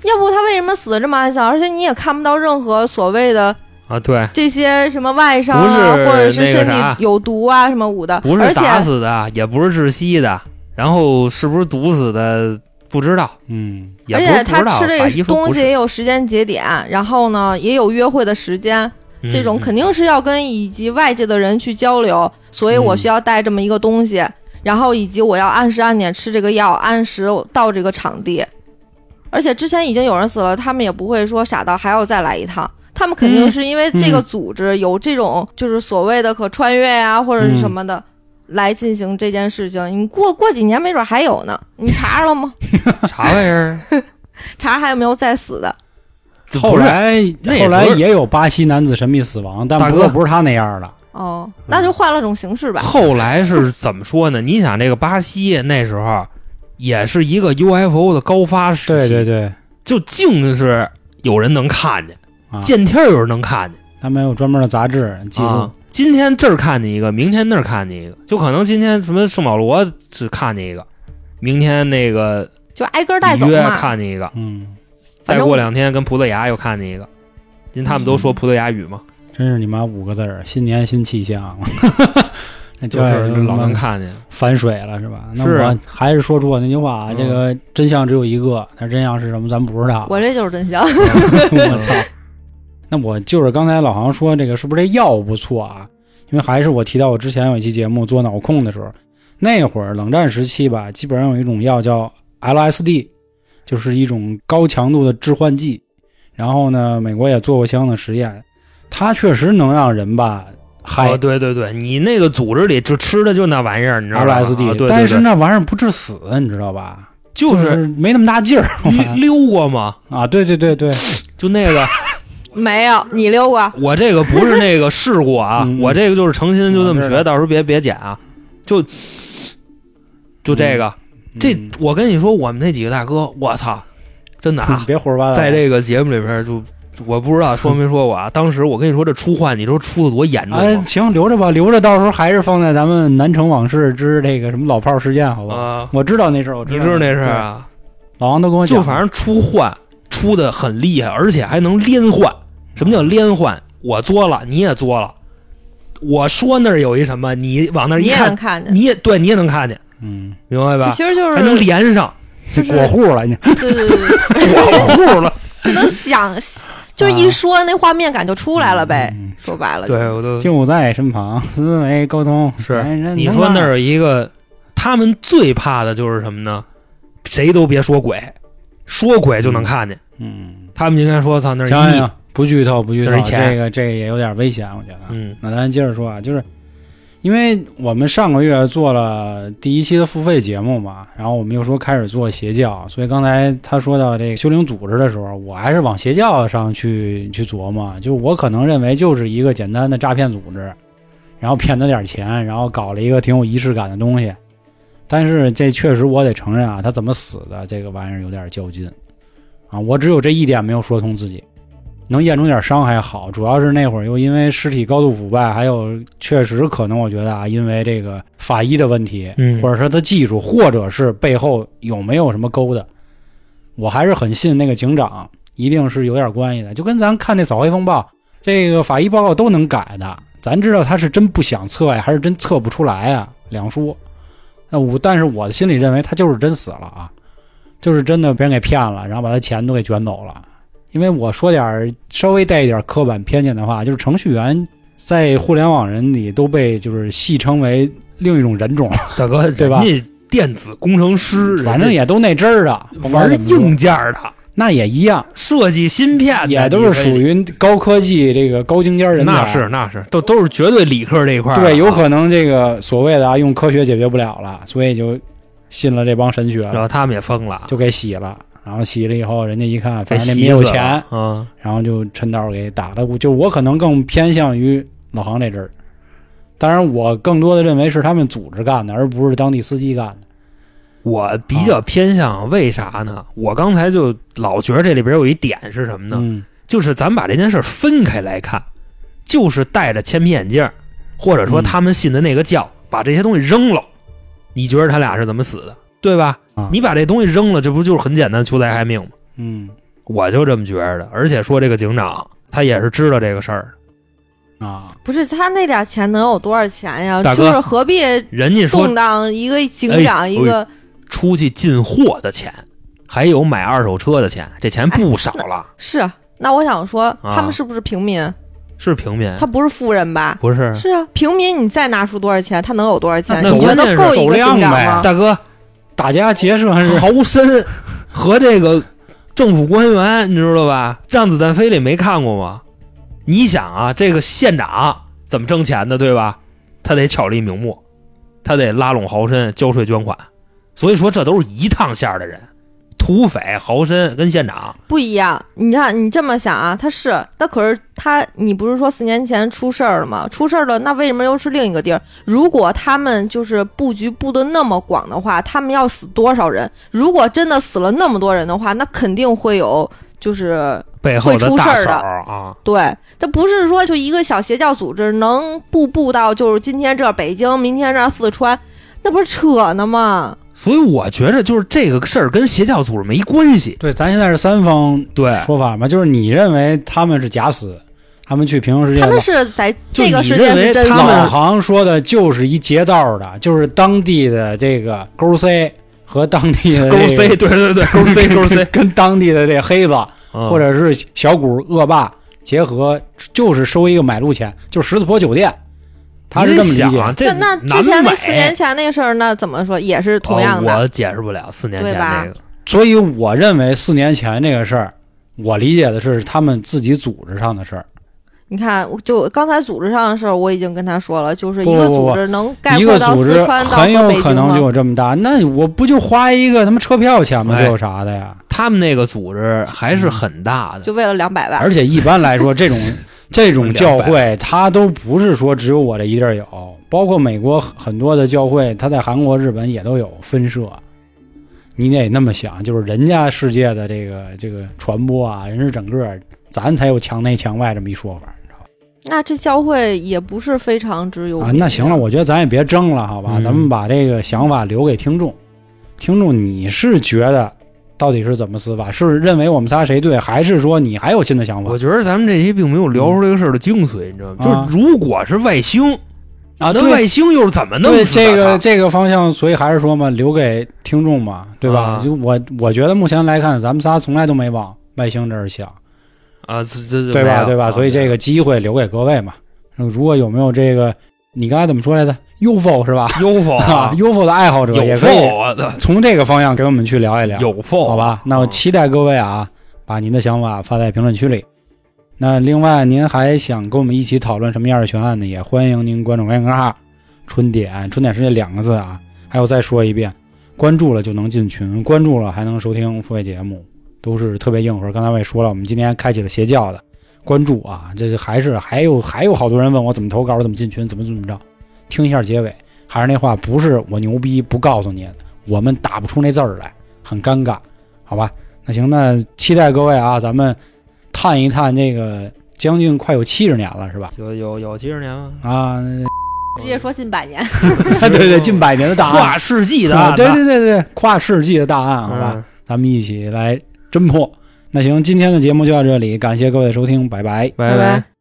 [SPEAKER 4] 要不他为什么死的这么安详？而且你也看不到任何所谓的
[SPEAKER 3] 啊，对。
[SPEAKER 4] 这些什么外伤
[SPEAKER 3] 不是
[SPEAKER 4] 啊，或者
[SPEAKER 3] 那
[SPEAKER 4] 是
[SPEAKER 3] 个
[SPEAKER 4] 身体
[SPEAKER 3] 啥
[SPEAKER 4] 有毒啊什么捂的，
[SPEAKER 3] 不
[SPEAKER 4] 而
[SPEAKER 3] 是
[SPEAKER 4] 且
[SPEAKER 3] 打死的，也不是窒息的，然后是不是毒死的不知道，
[SPEAKER 1] 嗯
[SPEAKER 3] 也
[SPEAKER 4] 而
[SPEAKER 3] 不是
[SPEAKER 4] 且
[SPEAKER 3] 不知
[SPEAKER 4] 他
[SPEAKER 3] 道，
[SPEAKER 4] 吃
[SPEAKER 3] 法
[SPEAKER 4] 这
[SPEAKER 3] 医
[SPEAKER 4] 个
[SPEAKER 3] 说
[SPEAKER 4] 东
[SPEAKER 3] 不
[SPEAKER 4] 西
[SPEAKER 3] 是
[SPEAKER 4] 也有时间节点，然后呢也有约会的时间，
[SPEAKER 1] 嗯
[SPEAKER 3] 嗯
[SPEAKER 4] 这种肯定是要跟以及外界的人去交流，所
[SPEAKER 3] 嗯
[SPEAKER 4] 以我需要带这么一个东西，然后以及我要按时按点吃这个药，按时到这个场地。而且之前已经有人死了，他们也不会说傻到还要再来一趟，他们肯定是因为
[SPEAKER 3] 嗯
[SPEAKER 4] 这个组织有这种就是所谓的可穿越呀、或者是
[SPEAKER 3] 嗯
[SPEAKER 4] 什么的。来进行这件事情，你过过几年没准还有呢。你查了吗？
[SPEAKER 3] 嗯啥玩意儿？
[SPEAKER 4] 查还有没有再死的？
[SPEAKER 3] 这
[SPEAKER 1] 后
[SPEAKER 3] 不是
[SPEAKER 1] 来
[SPEAKER 3] 那也
[SPEAKER 1] 后来
[SPEAKER 3] 不是
[SPEAKER 1] 也有巴西男子神秘死亡，但
[SPEAKER 3] 大
[SPEAKER 1] 不过
[SPEAKER 3] 哥
[SPEAKER 1] 不是他那样的。
[SPEAKER 4] 哦，那就换了种形式吧。
[SPEAKER 3] 后来是怎么说呢？你想这个巴西那时候也是一个 UFO 的高发时期，
[SPEAKER 1] 对对对，
[SPEAKER 3] 就净是有人能看见，
[SPEAKER 1] 啊
[SPEAKER 3] 见天儿有人能看见
[SPEAKER 1] 他们有专门的杂志记录
[SPEAKER 3] 啊。。今天这儿看见一个，明天那儿看见一个，就可能今天什么圣保罗只看见一个，明天那个
[SPEAKER 4] 就挨个儿带
[SPEAKER 3] 里
[SPEAKER 4] 走
[SPEAKER 3] 约
[SPEAKER 4] 嘛。
[SPEAKER 3] 看见一个，
[SPEAKER 1] 嗯，
[SPEAKER 4] 反
[SPEAKER 3] 再
[SPEAKER 4] 正
[SPEAKER 3] 过两天跟葡萄牙又看见一个。因为他们都
[SPEAKER 1] 嗯
[SPEAKER 3] 说葡萄牙语嘛，
[SPEAKER 1] 真是你妈五个字儿，新年新气 象。那
[SPEAKER 3] 就
[SPEAKER 1] 教
[SPEAKER 3] 是
[SPEAKER 1] 育
[SPEAKER 3] 老能看见。
[SPEAKER 1] 反水了嗯是啊吧？那
[SPEAKER 3] 是
[SPEAKER 1] 我还是说出我那句话啊，
[SPEAKER 3] 嗯
[SPEAKER 1] 这个真相只有一个，但真相是什么咱不知道。
[SPEAKER 4] 我这就是真相。
[SPEAKER 1] 嗯我
[SPEAKER 3] 哦
[SPEAKER 1] 操！那我就是刚才老航说这个是不是这药不错啊？因为还是我提到我之前有一期节目做脑控的时候，那会儿冷战时期吧，基本上有一种药叫 LSD，就是一种高强度的致幻剂。然后呢，美国也做过相应的实验，它确实能让人吧嗨、
[SPEAKER 3] 哦，对对对，你那个组织里就吃的就那玩意儿，你知道吧
[SPEAKER 1] LSD，、
[SPEAKER 3] 啊对对
[SPEAKER 1] 但
[SPEAKER 3] 对
[SPEAKER 1] 是那玩意儿不致死，你知道吧？
[SPEAKER 3] 就
[SPEAKER 1] 就是 没那么大劲儿
[SPEAKER 3] 溜溜过嘛，
[SPEAKER 1] 啊！对对对对，
[SPEAKER 3] 就那个，
[SPEAKER 4] 没有，你溜过。
[SPEAKER 3] 我这个不是那个试过啊
[SPEAKER 1] 嗯，嗯
[SPEAKER 3] 我这个就是诚心就这么
[SPEAKER 1] 我知道
[SPEAKER 3] 学，到时候别别剪啊，就就这个，这
[SPEAKER 1] 嗯
[SPEAKER 3] 我跟你说，我们那几个大哥，我操，真的 啊，
[SPEAKER 1] 嗯别胡说八道，
[SPEAKER 3] 在这个节目里边就。我不知道说没说过啊，当时我跟你说这出患，你说出的多严
[SPEAKER 1] 嗯
[SPEAKER 3] 重
[SPEAKER 1] 哎，
[SPEAKER 3] 啊
[SPEAKER 1] 行，留着吧，留着，到时候还是放在咱们《南城往事之这个什么老炮儿事件》，好吧？
[SPEAKER 3] 啊！
[SPEAKER 1] 我知道那事儿，我
[SPEAKER 3] 你
[SPEAKER 1] 道
[SPEAKER 3] 知道那事
[SPEAKER 1] 事
[SPEAKER 3] 儿啊？
[SPEAKER 1] 老王都跟我讲，
[SPEAKER 3] 就反正出患出的很厉害，而且还能连换。什么叫连换？我作了，你也作了。我说那儿有一什么，你往那儿
[SPEAKER 4] 你
[SPEAKER 3] 一
[SPEAKER 4] 也能
[SPEAKER 3] 看，
[SPEAKER 4] 看见，
[SPEAKER 3] 你也对，你也能看见，
[SPEAKER 1] 嗯，
[SPEAKER 3] 明白吧？
[SPEAKER 4] 其实就是
[SPEAKER 3] 还能连上，
[SPEAKER 1] 这
[SPEAKER 4] 就是
[SPEAKER 1] 果户了，你
[SPEAKER 4] 对对 对对，
[SPEAKER 3] 我 糊了。
[SPEAKER 4] 就能想，
[SPEAKER 3] 啊
[SPEAKER 4] 就一说那画面感就出来了呗。
[SPEAKER 1] 嗯
[SPEAKER 4] 说白了，
[SPEAKER 3] 对，我都
[SPEAKER 1] 就在身旁，思维沟通
[SPEAKER 3] 是
[SPEAKER 1] 哎人
[SPEAKER 3] 你
[SPEAKER 1] 能
[SPEAKER 3] 说
[SPEAKER 1] 干
[SPEAKER 3] 那儿有一个，他们最怕的就是什么呢？谁都别说鬼，说鬼就能看见。
[SPEAKER 1] 嗯，
[SPEAKER 3] 他们应该说：“操，那是
[SPEAKER 1] 行
[SPEAKER 3] 一
[SPEAKER 1] 行，不剧透，不剧
[SPEAKER 3] 那
[SPEAKER 1] 透，
[SPEAKER 3] 是一钱
[SPEAKER 1] 这个这个也有点危险，我觉得。啊
[SPEAKER 3] 嗯
[SPEAKER 1] 那咱接着说啊，就是因为我们上个月做了第一期的付费节目嘛，然后我们又说开始做邪教，所以刚才他说到这个修灵组织的时候，我还是往邪教上去去琢磨，就我可能认为就是一个简单的诈骗组织，然后骗他点钱，然后搞了一个挺有仪式感的东西。但是这确实我得承认啊，他怎么死的这个玩意儿有点较劲啊，我只有这一点没有说通自己。能验出点伤还好，主要是那会儿又因为尸体高度腐败，还有确实可能我觉得啊，因为这个法医的问题，
[SPEAKER 3] 嗯
[SPEAKER 1] 或者说他技术，或者是背后有没有什么勾搭，我还是很信那个警长一定是有点关系的，就跟咱看那《扫黑风暴》这个法医报告都能改的，咱知道他是真不想测呀，还是真测不出来呀，两说。那我但是我的心里认为他就是真死了啊，就是真的别人给骗了，然后把他钱都给卷走了。因为我说点儿稍微带一点刻板偏见的话，就是程序员在互联网人里都被就是戏称为另一种人种，
[SPEAKER 3] 大哥，
[SPEAKER 1] 对吧嗯
[SPEAKER 3] 人家电子工程师，
[SPEAKER 1] 反正
[SPEAKER 3] 人
[SPEAKER 1] 也都那真儿的
[SPEAKER 3] 家，玩
[SPEAKER 1] 甭管怎么说
[SPEAKER 3] 硬件的，
[SPEAKER 1] 那也一样，
[SPEAKER 3] 设计芯片的
[SPEAKER 1] 也都是属
[SPEAKER 3] 你
[SPEAKER 1] 于高科技这个高精尖人
[SPEAKER 3] 这
[SPEAKER 1] 才。
[SPEAKER 3] 那是那是，都都是绝对理科这一块儿的啊。
[SPEAKER 1] 对，有可能这个所谓的啊，用科学解决不了了，所以就信了这帮神学，
[SPEAKER 3] 然后他们也疯了，
[SPEAKER 1] 就给洗了。然后洗了以后，人家一看，
[SPEAKER 3] 给
[SPEAKER 1] 反正
[SPEAKER 3] 洗
[SPEAKER 1] 也没有
[SPEAKER 3] 死了
[SPEAKER 1] 钱，
[SPEAKER 3] 啊。
[SPEAKER 1] 然后就趁道给打了。就我可能更偏向于老航这阵儿，当然我更多的认为是他们组织干的，而不是当地司机干的。
[SPEAKER 3] 我比
[SPEAKER 1] 啊
[SPEAKER 3] 较偏向为啥呢？我刚才就老觉得这里边有一点是什么呢？
[SPEAKER 1] 嗯
[SPEAKER 3] 就是咱把这件事儿分开来看，就是戴着千皮眼镜儿，或者
[SPEAKER 1] 嗯
[SPEAKER 3] 说他们信的那个教，把这些东西扔了，你觉得他俩是怎么死的，对吧？
[SPEAKER 1] 啊
[SPEAKER 3] 你把这东西扔了，这不就是很简单的求财害命吗？
[SPEAKER 1] 嗯
[SPEAKER 3] 我就这么觉着的。而且说这个警长他也是知道这个事儿的，
[SPEAKER 1] 啊，
[SPEAKER 4] 不是他那点钱能有多少钱呀？
[SPEAKER 3] 大
[SPEAKER 4] 就
[SPEAKER 3] 哥
[SPEAKER 4] 是何必
[SPEAKER 3] 人家说
[SPEAKER 4] 动荡一个警长
[SPEAKER 3] 哎
[SPEAKER 4] 一个，
[SPEAKER 3] 出去进货的钱，还有买二手车的钱，这钱不少了，
[SPEAKER 4] 是。啊那我想说，
[SPEAKER 3] 啊
[SPEAKER 4] 他们是不是平民？
[SPEAKER 3] 是平民，
[SPEAKER 4] 他不是富人吧？
[SPEAKER 3] 不是
[SPEAKER 4] 是啊，平民你再拿出多少钱，他能有多少钱？
[SPEAKER 3] 那
[SPEAKER 4] 你觉
[SPEAKER 3] 关键
[SPEAKER 4] 得
[SPEAKER 3] 是
[SPEAKER 4] 够一
[SPEAKER 1] 走
[SPEAKER 4] 个
[SPEAKER 1] 量
[SPEAKER 4] 警长
[SPEAKER 1] 呗
[SPEAKER 4] 吗？
[SPEAKER 3] 大哥
[SPEAKER 1] 打家劫舍还 是
[SPEAKER 3] 豪森和这个政府官员，你知道吧？《让子弹飞》里没看过吗？你想啊，这个县长怎么挣钱的，对吧？他得巧立名目，他得拉拢豪绅交税捐款，所以说这都是一趟线儿的人，土匪、豪绅跟县长，
[SPEAKER 4] 不一样，你看你这么想啊，他是，那可是他，你不是说四年前出事儿了吗？出事儿了，那为什么又是另一个地儿？如果他们就是布局布的那么广的话，他们要死多少人？如果真的死了那么多人的话，那肯定会有，就是
[SPEAKER 3] 背后的
[SPEAKER 4] 会出事
[SPEAKER 3] 大
[SPEAKER 4] 儿
[SPEAKER 3] 手
[SPEAKER 4] 的
[SPEAKER 3] 啊，
[SPEAKER 4] 对，他不是说就一个小邪教组织能布布到就是今天这北京，明天这四川，那不是扯呢吗？
[SPEAKER 3] 所以我觉着就是这个事儿跟邪教组织没关系。
[SPEAKER 1] 对，咱现在是三方
[SPEAKER 3] 对，
[SPEAKER 1] 说法嘛，就是你认为他们是假死，他们去平行世界
[SPEAKER 4] 他
[SPEAKER 1] 了
[SPEAKER 4] 们是在
[SPEAKER 3] 就
[SPEAKER 4] 这个
[SPEAKER 3] 你
[SPEAKER 4] 世
[SPEAKER 3] 认
[SPEAKER 4] 界
[SPEAKER 3] 为
[SPEAKER 4] 是真
[SPEAKER 3] 他
[SPEAKER 1] 老
[SPEAKER 3] 们
[SPEAKER 4] 的，
[SPEAKER 1] 行说的就是一劫道的，就是当地的这个勾 C 和当地的、这
[SPEAKER 3] 勾
[SPEAKER 1] 个、
[SPEAKER 3] C，对对对，勾 C 勾 C，
[SPEAKER 1] 跟当地的这黑子
[SPEAKER 3] 嗯
[SPEAKER 1] 或者是小股恶霸结合，就是收一个买路钱，就十字坡酒店，他是这么理
[SPEAKER 3] 你得想啊
[SPEAKER 1] 解。
[SPEAKER 3] 这
[SPEAKER 4] 那那
[SPEAKER 3] 南
[SPEAKER 4] 之前那
[SPEAKER 3] 美
[SPEAKER 4] 四年前那事儿，那怎么说也是同样
[SPEAKER 1] 啊
[SPEAKER 4] 的。
[SPEAKER 3] 哦我解释不了四年前
[SPEAKER 4] 对吧
[SPEAKER 3] 那个。
[SPEAKER 1] 所以我认为四年前这个事儿，我理解的是他们自己组织上的事儿。
[SPEAKER 4] 你看，我就刚才组织上的事儿，我已经跟他说了，就是
[SPEAKER 1] 不
[SPEAKER 4] 一个
[SPEAKER 1] 不不
[SPEAKER 4] 组织能概
[SPEAKER 1] 一
[SPEAKER 4] 括
[SPEAKER 1] 个
[SPEAKER 4] 到
[SPEAKER 1] 组
[SPEAKER 4] 四
[SPEAKER 1] 织
[SPEAKER 4] 川到
[SPEAKER 1] 很有
[SPEAKER 4] 北
[SPEAKER 1] 可
[SPEAKER 4] 京
[SPEAKER 1] 能就
[SPEAKER 4] 吗？
[SPEAKER 1] 有这么大，那我不就花一个他妈车票钱吗？
[SPEAKER 3] 哎
[SPEAKER 1] 这有啥的呀？
[SPEAKER 3] 他们那个组织还
[SPEAKER 1] 嗯
[SPEAKER 3] 是很大的，
[SPEAKER 4] 就为了两百万，
[SPEAKER 1] 而且一般来说， 这种这种教会，它都不是说只有我这一地儿有，包括美国很多的教会，它在韩国、日本也都有分社。你得那么想，就是人家世界的这个这个传播啊，人是整个，咱才有墙内墙外这么一说法，你知道吧？
[SPEAKER 4] 那这教会也不是非常之有
[SPEAKER 1] 啊，
[SPEAKER 4] 名
[SPEAKER 1] 那行了，我觉得咱也别争了，好吧？
[SPEAKER 3] 嗯
[SPEAKER 1] 咱们把这个想法留给听众。听众，你是觉得到底是怎么死法？是认为我们仨谁对，还是说你还有新的想法
[SPEAKER 3] 我觉得咱们这期并没有聊出这个事儿的精髓，你知道吗
[SPEAKER 1] 啊？
[SPEAKER 3] 就是如果是外星，
[SPEAKER 1] 啊？
[SPEAKER 3] 那外星又是怎么弄
[SPEAKER 1] 对
[SPEAKER 3] 死的
[SPEAKER 1] 这个
[SPEAKER 3] 他
[SPEAKER 1] 这个方向，所以还是说嘛，留给听众嘛，对吧？
[SPEAKER 3] 啊
[SPEAKER 1] 就我我觉得目前来看，咱们仨从来都没往外星这儿想，
[SPEAKER 3] 啊，这这
[SPEAKER 1] 对
[SPEAKER 3] 没
[SPEAKER 1] 吧？
[SPEAKER 3] 有
[SPEAKER 1] 对吧？
[SPEAKER 3] 啊
[SPEAKER 1] 所以这个机会留给各位嘛。如果有没有这个，你刚才怎么说来着？UFO 是吧？
[SPEAKER 3] UFO
[SPEAKER 1] 啊
[SPEAKER 3] 啊
[SPEAKER 1] ，UFO 的爱好者也可以
[SPEAKER 3] UFO 啊的
[SPEAKER 1] 从这个方向给我们去聊一聊，
[SPEAKER 3] ，UFO
[SPEAKER 1] 好吧？那我期待各位啊，把您的想法发在评论区里。那另外，您还想跟我们一起讨论什么样的悬案呢？也欢迎您关注微信公众号“春点”，春点是这两个字啊。还有再说一遍，关注了就能进群，关注了还能收听付费节目，都是特别硬核。刚才我也说了，我们今天开启了邪教的关注啊，这是还是还有还有好多人问我怎么投稿，怎么进群，怎么怎么着。听一下结尾，还是那话，不是我牛逼不告诉您，我们打不出那字儿来，很尴尬，好吧？那行，那期待各位啊，咱们探一探这个将近快有七十年了，是吧？
[SPEAKER 3] 有有有几十年吗？
[SPEAKER 1] 啊，
[SPEAKER 4] 直接说近百年。
[SPEAKER 1] 对对，近百年的 大案，
[SPEAKER 3] 跨世纪的
[SPEAKER 1] 啊，
[SPEAKER 3] 案子，
[SPEAKER 1] 对对对对，跨世纪的大案，好吧？
[SPEAKER 3] 嗯，
[SPEAKER 1] 咱们一起来侦破。那行，今天的节目就到这里，感谢各位的收听，拜拜。
[SPEAKER 3] 拜拜。